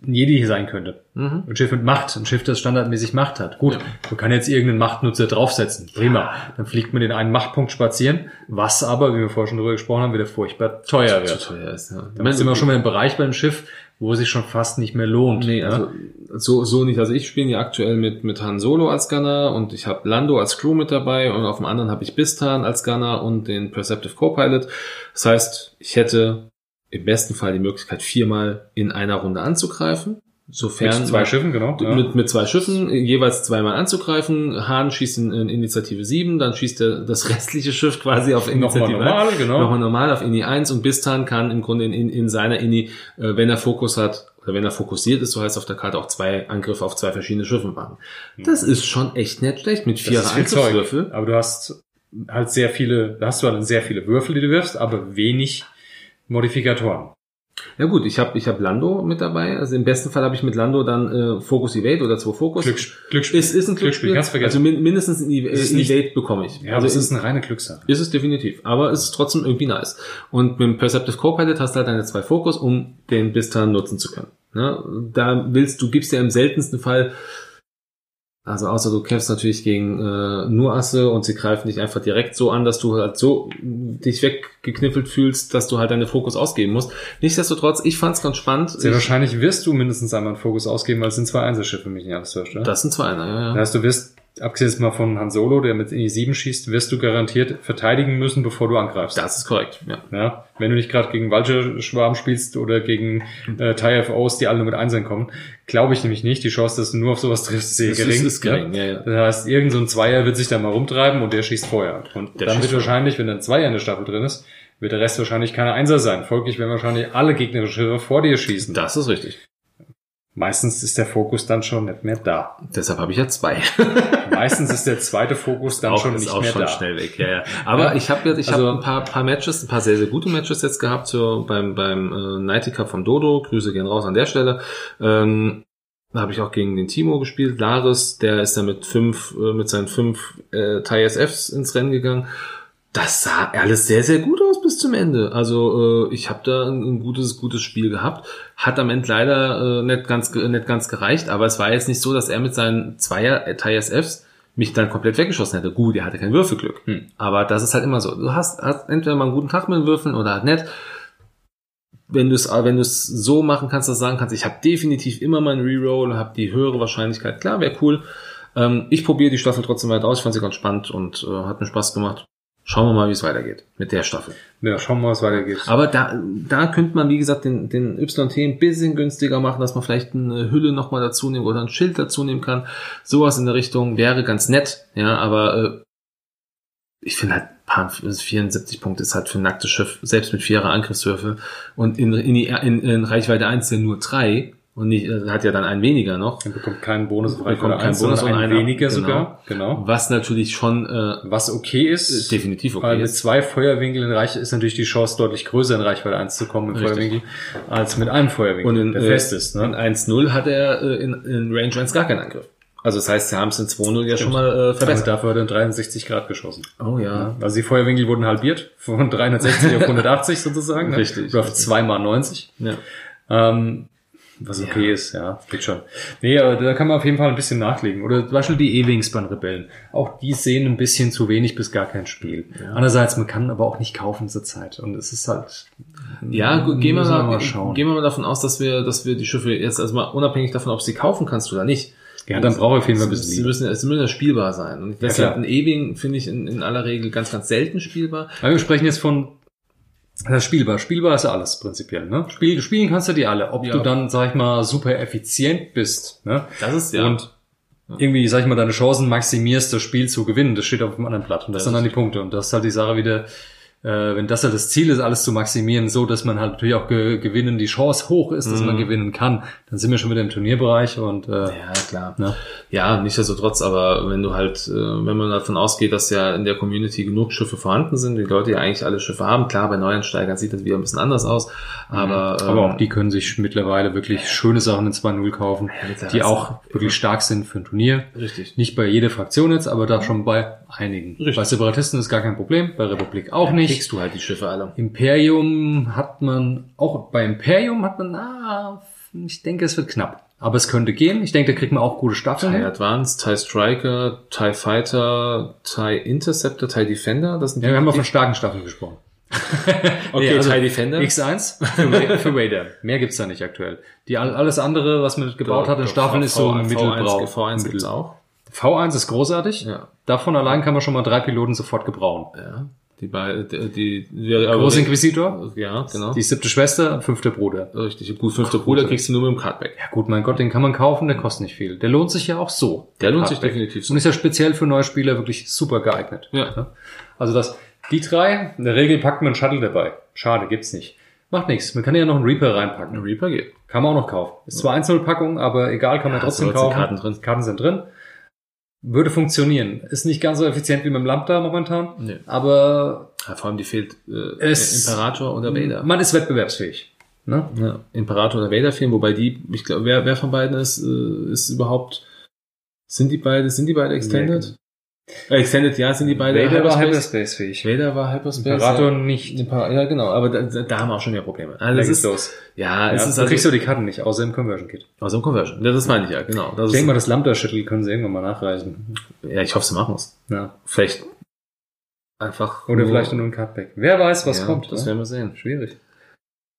S1: ein Jedi sein könnte.
S2: Mhm.
S1: Ein Schiff mit Macht, ein Schiff, das standardmäßig Macht hat. Gut,
S2: Ja.
S1: man kann jetzt irgendeinen Machtnutzer draufsetzen. Prima. Dann fliegt man den einen Machtpunkt spazieren, was aber, wie wir vorher schon drüber gesprochen haben, wieder furchtbar teuer
S2: Zu
S1: wird.
S2: teuer ist, ja.
S1: Dann sind wir schon wieder im Bereich beim Schiff, wo es sich schon fast nicht mehr lohnt.
S2: Nee,
S1: ne?
S2: also so, so nicht. Also ich spiele ja aktuell mit, mit Han Solo als Gunner und ich habe Lando als Crew mit dabei und auf dem anderen habe ich Bistan als Gunner und den Perceptive Copilot. Das heißt, ich hätte im besten Fall die Möglichkeit, viermal in einer Runde anzugreifen. Sofern
S1: mit zwei Schiffen, genau. ja.
S2: mit, mit zwei Schiffen, jeweils zweimal anzugreifen. Hahn schießt in, in Initiative 7, dann schießt er das restliche Schiff quasi auf Initiative
S1: Nochmal
S2: 1.
S1: normal, genau.
S2: Nochmal normal auf Ini 1 und Bistan kann im Grunde in, in, in seiner Ini, äh, wenn er Fokus hat, oder wenn er fokussiert ist, so heißt es auf der Karte, auch zwei Angriffe auf zwei verschiedene Schiffe machen. Das ist schon echt nicht schlecht mit vier
S1: Mhm. das ist viel Zeug.
S2: Angriffswürfel.
S1: Hm. Aber du hast halt sehr viele, da hast du halt sehr viele Würfel, die du wirfst, aber wenig Modifikatoren.
S2: Ja gut, ich habe ich hab Lando mit dabei. Also im besten Fall habe ich mit Lando dann äh, Focus Evade oder zwei Fokus.
S1: Glücksspiel. Glücksspiel.
S2: Ist, ist ein Glücksspiel.
S1: Ganz
S2: also
S1: vergessen.
S2: min mindestens ein Eva-
S1: Es ist nicht-
S2: Evade bekomme ich.
S1: ja,
S2: also
S1: also es
S2: in-
S1: ist eine reine Glückssache.
S2: Ist es definitiv, aber es ist trotzdem irgendwie nice. Und mit dem Perceptive Copilot hast du halt deine zwei Fokus, um den Bistan nutzen zu können. Ne? Da willst du, gibst dir im seltensten Fall, also außer du kämpfst natürlich gegen äh, nur Asse und sie greifen dich einfach direkt so an, dass du halt so dich weggekniffelt fühlst, dass du halt deine Fokus ausgeben musst. Nichtsdestotrotz, ich fand's ganz spannend.
S1: Sehr
S2: Ich,
S1: wahrscheinlich wirst du mindestens einmal einen Fokus ausgeben, weil es sind zwei Einzelschiffe, wenn mich nicht alles täuscht, oder?
S2: das sind zwei einer, ja,
S1: Das
S2: ja.
S1: heißt, du wirst, abgesehen jetzt mal von Han Solo, der mit in die 7 schießt, wirst du garantiert verteidigen müssen, bevor du angreifst.
S2: Das ist korrekt, ja.
S1: Ja, wenn du nicht gerade gegen Walcher-Schwarm spielst oder gegen äh, TFOs, die alle nur mit Einsern kommen, glaube ich nämlich nicht. Die Chance, dass du nur auf sowas triffst, ist sehr
S2: Das
S1: gering.
S2: ist, ist gering, ja, ja.
S1: Das heißt, irgend so ein Zweier wird sich da mal rumtreiben und der schießt Feuer. Und
S2: Der
S1: dann wird
S2: schießt Feuer.
S1: wahrscheinlich, wenn ein Zweier in der Staffel drin ist, wird der Rest wahrscheinlich keine Einser sein. Folglich werden wahrscheinlich alle gegnerischen Schiffe vor dir schießen.
S2: Das ist richtig.
S1: Meistens ist der Fokus dann schon nicht mehr da.
S2: Deshalb habe ich ja zwei.
S1: Meistens ist der zweite Fokus dann
S2: auch,
S1: schon
S2: ist
S1: nicht
S2: auch
S1: mehr
S2: schon
S1: da.
S2: schnell weg. Ja, ja. Aber
S1: Ja.
S2: ich habe jetzt, ich
S1: Also-
S2: habe ein paar, paar Matches, ein paar sehr sehr gute Matches jetzt gehabt so beim beim äh, Nighty Cup vom Dodo. Grüße gehen raus an der Stelle. Ähm, Da habe ich auch gegen den Timo gespielt. Laris, der ist dann mit fünf, äh, mit seinen fünf äh, TSFs ins Rennen gegangen. Das sah alles sehr, sehr gut aus bis zum Ende. Also äh, ich habe da ein, ein gutes, gutes Spiel gehabt. Hat am Ende leider äh, nicht, ganz, ge- nicht ganz gereicht, aber es war jetzt nicht so, dass er mit seinen Zweier äh, TSFs mich dann komplett weggeschossen hätte. Gut, er hatte kein Würfelglück. Aber das ist halt immer so. Du hast, hast entweder mal einen guten Tag mit den Würfeln oder halt nicht wenn du es wenn du es so machen kannst, dass du sagen kannst, ich habe definitiv immer meinen Reroll und habe die höhere Wahrscheinlichkeit. Klar, wäre cool. Ähm, ich probiere die Staffel trotzdem weiter aus. Ich fand sie ganz spannend und äh, hat mir Spaß gemacht. Schauen wir mal, wie es weitergeht mit der Staffel.
S1: Ja, schauen wir mal, was weitergeht.
S2: Aber da, da könnte man, wie gesagt, den, den YT ein bisschen günstiger machen, dass man vielleicht eine Hülle nochmal dazu nehmen oder ein Schild dazu nehmen kann. Sowas in der Richtung wäre ganz nett, ja, aber äh, ich finde halt, Pan- 74 Punkte ist halt für ein nacktes Schiff, selbst mit vierer Angriffswürfe und in, in, die, in, in Reichweite 1 sind nur drei und nicht, äh, hat ja dann einen weniger noch.
S1: Er bekommt keinen Bonus,
S2: Bekommt
S1: Reichweite
S2: keinen
S1: eins,
S2: Bonus
S1: sondern
S2: und
S1: einen
S2: einer.
S1: weniger
S2: Genau.
S1: sogar. Genau.
S2: Was natürlich schon äh,
S1: Was okay ist,
S2: definitiv
S1: weil
S2: okay
S1: mit
S2: ist.
S1: zwei Feuerwinkeln in Reichweite ist natürlich die Chance deutlich größer, in Reichweite 1 zu kommen, im
S2: Richtig.
S1: Feuerwinkel, als mit einem Feuerwinkel,
S2: Und in,
S1: der
S2: äh,
S1: fest ist.
S2: In
S1: Ne?
S2: 1-0 hat er äh, in, in Range 1 gar keinen Angriff. Also das heißt, sie haben es in 2-0 ja schon mal äh,
S1: Aber
S2: verbessert.
S1: dafür hat er in 63 Grad geschossen.
S2: Oh ja.
S1: Also die Feuerwinkel wurden halbiert, von 360 auf 180 sozusagen. Ne?
S2: Richtig.
S1: Oder auf 2 mal 90.
S2: ja.
S1: Ähm, was okay ist, ja, geht schon. Nee, aber da kann man auf jeden Fall ein bisschen nachlegen. Oder zum Beispiel die E-Wings beim Rebellen. Auch die sehen ein bisschen zu wenig bis gar kein Spiel. Andererseits, man kann aber auch nicht kaufen zur Zeit. Und es ist halt...
S2: Ja, gut, gehen wir,
S1: Müssen
S2: mal,
S1: mal schauen.
S2: gehen wir mal davon aus, dass wir, dass wir die Schiffe jetzt erstmal unabhängig davon, ob du sie kaufen kannst oder nicht.
S1: ja, dann brauche ich auf jeden Fall ein bisschen
S2: Sie müssen, es müssen ja spielbar sein. Und deshalb
S1: klar.
S2: ein Ewing finde ich in, in aller Regel ganz, ganz selten spielbar.
S1: Weil wir sprechen jetzt von ja, spielbar. Spielbar ist ja alles prinzipiell. Ne? Spiel, spielen kannst du die alle. Ob
S2: Ja.
S1: du dann, sag ich mal, super effizient bist ne?
S2: Das ist
S1: und irgendwie, sag ich mal, deine Chancen maximierst, das Spiel zu gewinnen, das steht auf dem anderen Blatt. Und das,
S2: Das
S1: sind dann
S2: ist
S1: die Punkte. Und das ist halt die Sache wieder, äh, wenn das halt das Ziel ist, alles zu maximieren, so dass man halt natürlich auch ge gewinnen, die Chance hoch ist, dass
S2: Mhm.
S1: man gewinnen kann, dann sind wir schon wieder im Turnierbereich und äh,
S2: Ja, klar.
S1: Ne?
S2: Ja, nichtsdestotrotz, aber wenn du halt, äh, wenn man davon ausgeht, dass ja in der Community genug Schiffe vorhanden sind, die Leute ja eigentlich alle Schiffe haben, klar, bei Neuansteigern sieht das wieder ein bisschen anders aus, aber, ähm,
S1: Mhm. Aber auch die können sich mittlerweile wirklich schöne Sachen in 2-0 kaufen,
S2: mittlerweile
S1: die auch wirklich stark sind für ein Turnier.
S2: Richtig.
S1: Nicht bei jeder Fraktion jetzt, aber da schon bei einigen.
S2: Richtig.
S1: Bei Separatisten ist gar kein Problem, bei Republik auch nicht.
S2: Kriegst du halt die Schiffe alle.
S1: Imperium hat man, auch bei Imperium hat man, na, ich denke, es wird knapp. Aber es könnte gehen. Ich denke, da kriegt man auch gute Staffeln.
S2: TIE
S1: hin.
S2: Advanced, TIE Striker, TIE Fighter, TIE Interceptor, TIE Defender, das sind
S1: Ja, also wir haben ja von starken Staffeln gesprochen.
S2: Okay, TIE Defender.
S1: X1 für, Ra- für Raider. Mehr gibt's da nicht aktuell. Die, all- alles andere, was man gebaut hat in Staffeln, ist so ein Mittelbrau.
S2: V1 gibt's auch.
S1: V1 ist großartig.
S2: Ja.
S1: Davon allein kann man schon mal drei Piloten sofort gebrauchen.
S2: Ja. Die bei, die, die, die
S1: Großinquisitor,
S2: Ja, genau.
S1: die siebte Schwester, fünfte Bruder.
S2: Richtig. Gut, fünfte Bruder kriegst du nur mit dem Cardback.
S1: Ja gut, mein Gott, den kann man kaufen, der kostet nicht viel. Der lohnt sich ja auch so.
S2: Der lohnt sich
S1: Hardback.
S2: definitiv so.
S1: Und ist ja speziell für neue Spieler wirklich super geeignet.
S2: Ja.
S1: Also das, die drei, in der Regel packt man einen Shuttle dabei. Schade, gibt's nicht. Macht nichts, man kann ja noch einen Reaper reinpacken.
S2: Reaper geht.
S1: Kann man auch noch kaufen. Ist zwar Einzelpackung, aber egal, kann man
S2: Ja,
S1: trotzdem
S2: soll's sind
S1: kaufen.
S2: Karten drin.
S1: Karten sind drin. Würde funktionieren. Ist nicht ganz so effizient wie mit dem Lambda momentan,
S2: Nee.
S1: aber
S2: Ja, vor allem die fehlt äh,
S1: Es-
S2: Imperator oder Vader.
S1: man ist wettbewerbsfähig. Ne?
S2: Ja, Imperator oder Vader fehlen, wobei die, ich glaube, wer, wer von beiden ist, äh, ist überhaupt, sind die beide, sind die beide Extended? Äh, extended, ja, sind die beide
S1: Vader war
S2: Hyperspace?
S1: hyperspacefähig.
S2: Vader war Hyperspace.
S1: Imperator
S2: ja.
S1: nicht.
S2: Imper- Ja, genau, aber da, da haben wir auch schon mehr Probleme. Also,
S1: Da
S2: das
S1: geht's
S2: ist,
S1: los.
S2: ja,
S1: Ja,
S2: es ist
S1: du kriegst
S2: also,
S1: du die Karten nicht, außer im Conversion Kit.
S2: also ein Conversion. Ja, Das meine ich ja, genau. Das
S1: Ich
S2: ist,
S1: denke mal, das Lambda-Shuttle können sie irgendwann mal nachreichen.
S2: ja, ich hoffe, sie machen es.
S1: Ja.
S2: Vielleicht einfach.
S1: Oder
S2: nur-
S1: vielleicht nur ein Cutback. Wer weiß, was
S2: ja,
S1: kommt.
S2: Das
S1: ne?
S2: werden wir sehen.
S1: Schwierig.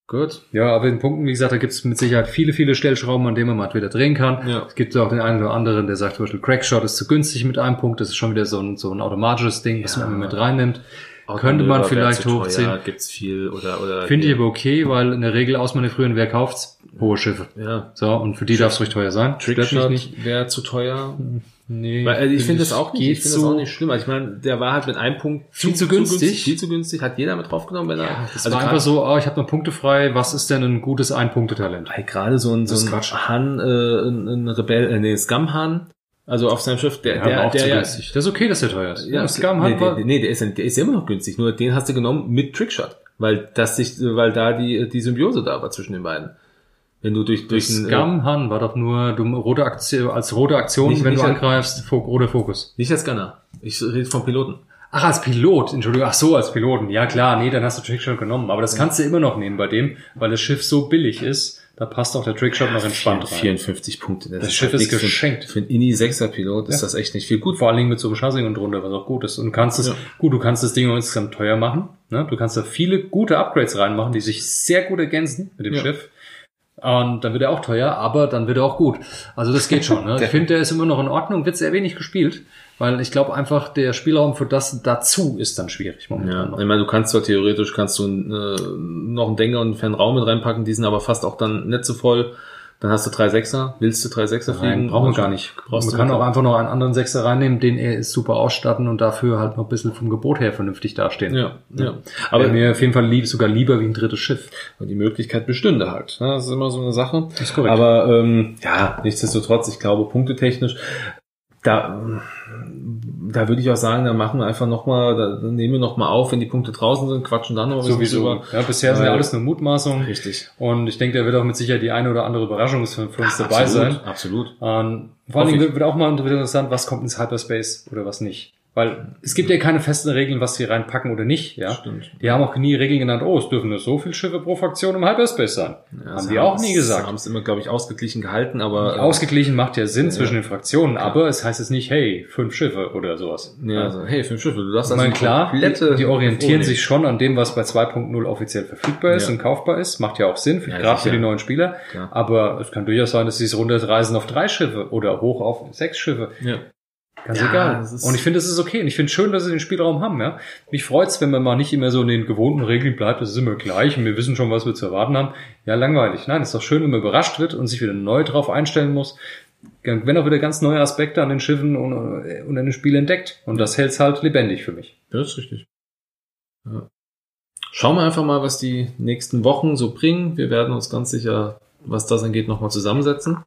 S2: Gut.
S1: Ja, aber in Punkten, wie gesagt, da gibt's mit Sicherheit viele, viele Stellschrauben, an denen man mal wieder drehen kann.
S2: Ja.
S1: Es gibt auch den einen oder anderen, der sagt zum Beispiel, Crackshot ist zu günstig mit einem Punkt. Das ist schon wieder so ein, so ein automatisches Ding, was
S2: Ja.
S1: man immer mit reinnimmt. Könnte man
S2: Automanöver
S1: vielleicht
S2: wär zu
S1: hochziehen.
S2: Teuer, gibt's viel oder, oder.
S1: Finde ich aber okay, weil in der Regel ausmanövrieren, wer kauft's? Hohe Schiffe.
S2: Ja,
S1: So, und für die darf's ruhig teuer sein. Stört mich
S2: Trickshot wäre zu teuer.
S1: Nee.
S2: Weil, also ich finde das auch nicht,
S1: geht
S2: ich finde das
S1: so.
S2: auch nicht schlimm. Also Ich meine, der war halt mit einem Punkt
S1: Viel zu günstig.
S2: Viel zu günstig, hat jeder mit draufgenommen. Wenn er, also
S1: Das war einfach so, oh, ich habe noch Punkte frei, was ist denn ein gutes Ein-Punkte-Talent?
S2: Weil gerade so ein,
S1: Das
S2: so
S1: ist
S2: ein
S1: Quatsch.
S2: Han, äh, ein, ein Rebell, äh, nee, Scum-Han, also auf seinem Schiff, der,
S1: Ja,
S2: der,
S1: aber auch
S2: der
S1: zu
S2: ja,
S1: günstig. Das ist okay, dass der teuer ist.
S2: ja,
S1: das Scam
S2: nee,
S1: hat war-
S2: der, nee, der ist, ja nicht- der ist ja immer noch günstig, nur den hast du genommen mit Trickshot, weil das sich, weil da die, die Symbiose da war zwischen den beiden. Wenn du durch, durch ein, äh,
S1: Scam Han war doch nur du, rote Aktion, als rote Aktion,
S2: Nicht-
S1: wenn
S2: nicht
S1: du
S2: als-
S1: angreifst, Fo- roter Fokus.
S2: Nicht als Gunner. Ich rede vom Piloten.
S1: Ach, als Pilot, Entschuldigung, ach so, als Piloten. Ja klar, nee, dann hast du Trickshot genommen. Aber das kannst du immer noch nehmen bei dem, weil das Schiff so billig ist, da passt auch der Trickshot noch entspannt rein.
S2: 54 Punkte.
S1: Das Schiff
S2: halt
S1: ist
S2: nix.
S1: geschenkt.
S2: Für, für einen Inni-6er-Pilot ist das echt nicht viel gut.
S1: Vor allen Dingen mit so einem Chassis und drunter, was auch gut ist. Und du kannst es,
S2: Ja.
S1: gut, du kannst das Ding auch insgesamt teuer machen. Ne? Du kannst da viele gute Upgrades reinmachen, die sich sehr gut ergänzen mit dem
S2: Ja.
S1: Schiff. Und dann wird er auch teuer, aber dann wird er auch gut. Also das geht schon. Ne? ich finde, der ist immer noch in Ordnung, wird sehr wenig gespielt, weil ich glaube einfach, der Spielraum für das dazu ist dann schwierig
S2: Ja,
S1: momentan
S2: ich
S1: noch.
S2: meine, du kannst zwar theoretisch kannst du äh, noch einen Denker und einen Fernraum mit reinpacken, die sind aber fast auch dann nicht so voll. Dann hast du drei Sechser. Willst du drei Sechser fliegen?
S1: Nein, brauchen wir gar nicht.
S2: Brauchst
S1: Man
S2: du
S1: kann
S2: nicht.
S1: auch einfach noch einen anderen Sechser reinnehmen, den er super ausstatten und dafür halt noch ein bisschen vom Gebot her vernünftig dastehen.
S2: Ja, ja.
S1: Aber
S2: Aber
S1: mir auf jeden Fall lieb, sogar lieber wie ein drittes Schiff.
S2: die Möglichkeit bestünde halt. ne? Das ist immer so eine Sache.
S1: ist
S2: Aber ähm, ja, nichtsdestotrotz, ich glaube, punktetechnisch, da, da würde ich auch sagen, da machen wir einfach nochmal, da nehmen wir nochmal auf, wenn die Punkte draußen sind, quatschen dann noch ein bisschen
S1: Sowieso.
S2: drüber.
S1: Ja, bisher sind ja
S2: Weil-
S1: alles nur Mutmaßungen.
S2: Richtig.
S1: Und ich denke, da wird auch mit Sicherheit die eine oder andere Überraschung für für uns dabei sein.
S2: Absolut.
S1: Ähm, vor allen
S2: Hoffe
S1: Dingen wird- wird auch mal wieder interessant, was kommt ins Hyperspace oder was nicht. Weil es gibt ja keine festen Regeln, was sie reinpacken oder nicht. Ja?
S2: Stimmt.
S1: Die haben auch nie Regeln genannt, oh, es dürfen nur so viele Schiffe pro Fraktion im Hyperspace sein.
S2: Ja,
S1: haben
S2: sie
S1: die auch nie gesagt.
S2: Haben es immer, glaube ich, ausgeglichen gehalten, aber. äh,
S1: Ausgeglichen macht ja Sinn
S2: Ja.
S1: zwischen den Fraktionen, aber es heißt jetzt nicht, hey, fünf Schiffe oder sowas.
S2: Ja, also, hey, fünf Schiffe, du darfst
S1: Ich meine,
S2: die
S1: klar, die,
S2: Also komplette
S1: die orientieren
S2: Folie.
S1: sich schon an dem, was bei 2.0 offiziell verfügbar ist
S2: Ja.
S1: und kaufbar ist. Macht ja auch Sinn, für,
S2: Ja,
S1: gerade für
S2: sicher.
S1: die neuen Spieler.
S2: Klar.
S1: Aber es kann durchaus sein, dass sie es runterreisen auf drei Schiffe oder hoch auf sechs Schiffe.
S2: Ja.
S1: Ganz
S2: Ja,
S1: egal.
S2: das ist-
S1: Und ich finde, das ist okay. Und ich finde es schön, dass sie den Spielraum haben. Ja? Mich freut's, wenn man mal nicht immer so in den gewohnten Regeln bleibt. Das ist immer gleich und wir wissen schon, was wir zu erwarten haben. Ja, langweilig. Nein, ist doch schön, wenn man überrascht wird und sich wieder neu drauf einstellen muss. Wenn auch wieder ganz neue Aspekte an den Schiffen und, äh, und an dem Spiel entdeckt. Und das hält's halt lebendig für mich.
S2: Ja, ist richtig. Ja. Schauen wir einfach mal, was die nächsten Wochen so bringen. Wir werden uns ganz sicher, was das angeht, nochmal zusammensetzen.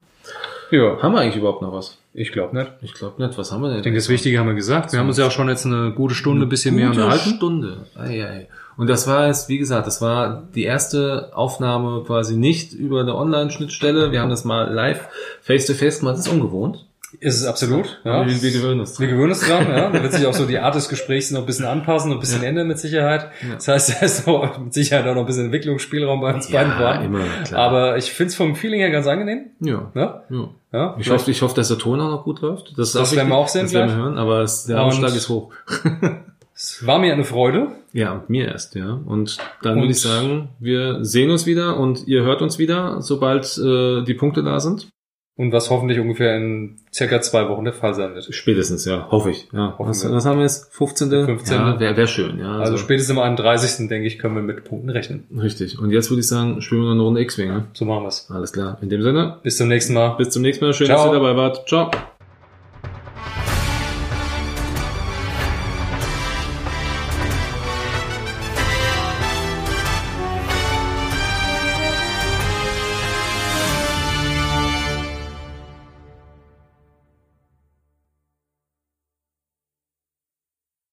S1: Ja,
S2: Haben wir eigentlich überhaupt noch was?
S1: ich glaube nicht.
S2: Ich glaube nicht. Was haben wir denn?
S1: Ich denke, das Wichtige haben wir gesagt. Wir haben uns ja auch schon jetzt eine gute Stunde ein bisschen mehr
S2: Gute
S1: unterhalten.
S2: Stunde. Ei, ei. Und das war jetzt, wie gesagt, das war die erste Aufnahme quasi nicht über eine Online-Schnittstelle. Wir haben das mal live, face-to-face gemacht. Das ist ungewohnt.
S1: Ist es absolut. Ja.
S2: Wir, wir gewöhnen uns.
S1: Wir gewöhnen uns dran, ja. Da wird sich auch so die Art des Gesprächs noch ein bisschen anpassen und ein bisschen ändern mit Sicherheit.
S2: Ja.
S1: Das heißt, da ist auch mit Sicherheit auch noch ein bisschen Entwicklungsspielraum bei uns beiden vorhanden.
S2: immer, klar.
S1: Aber ich find's vom Feeling her ganz angenehm.
S2: ja,
S1: Ne?
S2: ja.
S1: Ja,
S2: Ich hoffe, ich hoffe, dass der Ton auch noch gut läuft. Das, ist
S1: Das
S2: auch
S1: werden wir
S2: wichtig.
S1: auch sehen
S2: Das werden wir
S1: gleich.
S2: hören, aber es, der
S1: Und-
S2: Ausschlag ist hoch.
S1: Es war mir eine Freude.
S2: Ja, und mir erst, ja. Und dann
S1: Und-
S2: würde ich sagen, wir sehen uns wieder und ihr hört uns wieder, sobald äh, die Punkte da sind.
S1: Und was hoffentlich ungefähr in circa zwei Wochen der Fall sein wird.
S2: Spätestens, ja, hoffe ich. Ja,
S1: Hoffen
S2: was,
S1: wir.
S2: was haben wir jetzt? 15.
S1: 15..
S2: Ja, Wäre wär schön, ja.
S1: Also, spätestens am 31. denke ich, können wir mit Punkten rechnen.
S2: richtig. Und jetzt würde ich sagen, spielen wir noch eine Runde X-Wing. Ne?
S1: So machen wir's.
S2: Alles klar. In dem Sinne,
S1: Bis zum nächsten Mal.
S2: bis zum nächsten Mal. Schön, dass
S1: Ciao.
S2: ihr dabei wart. Ciao.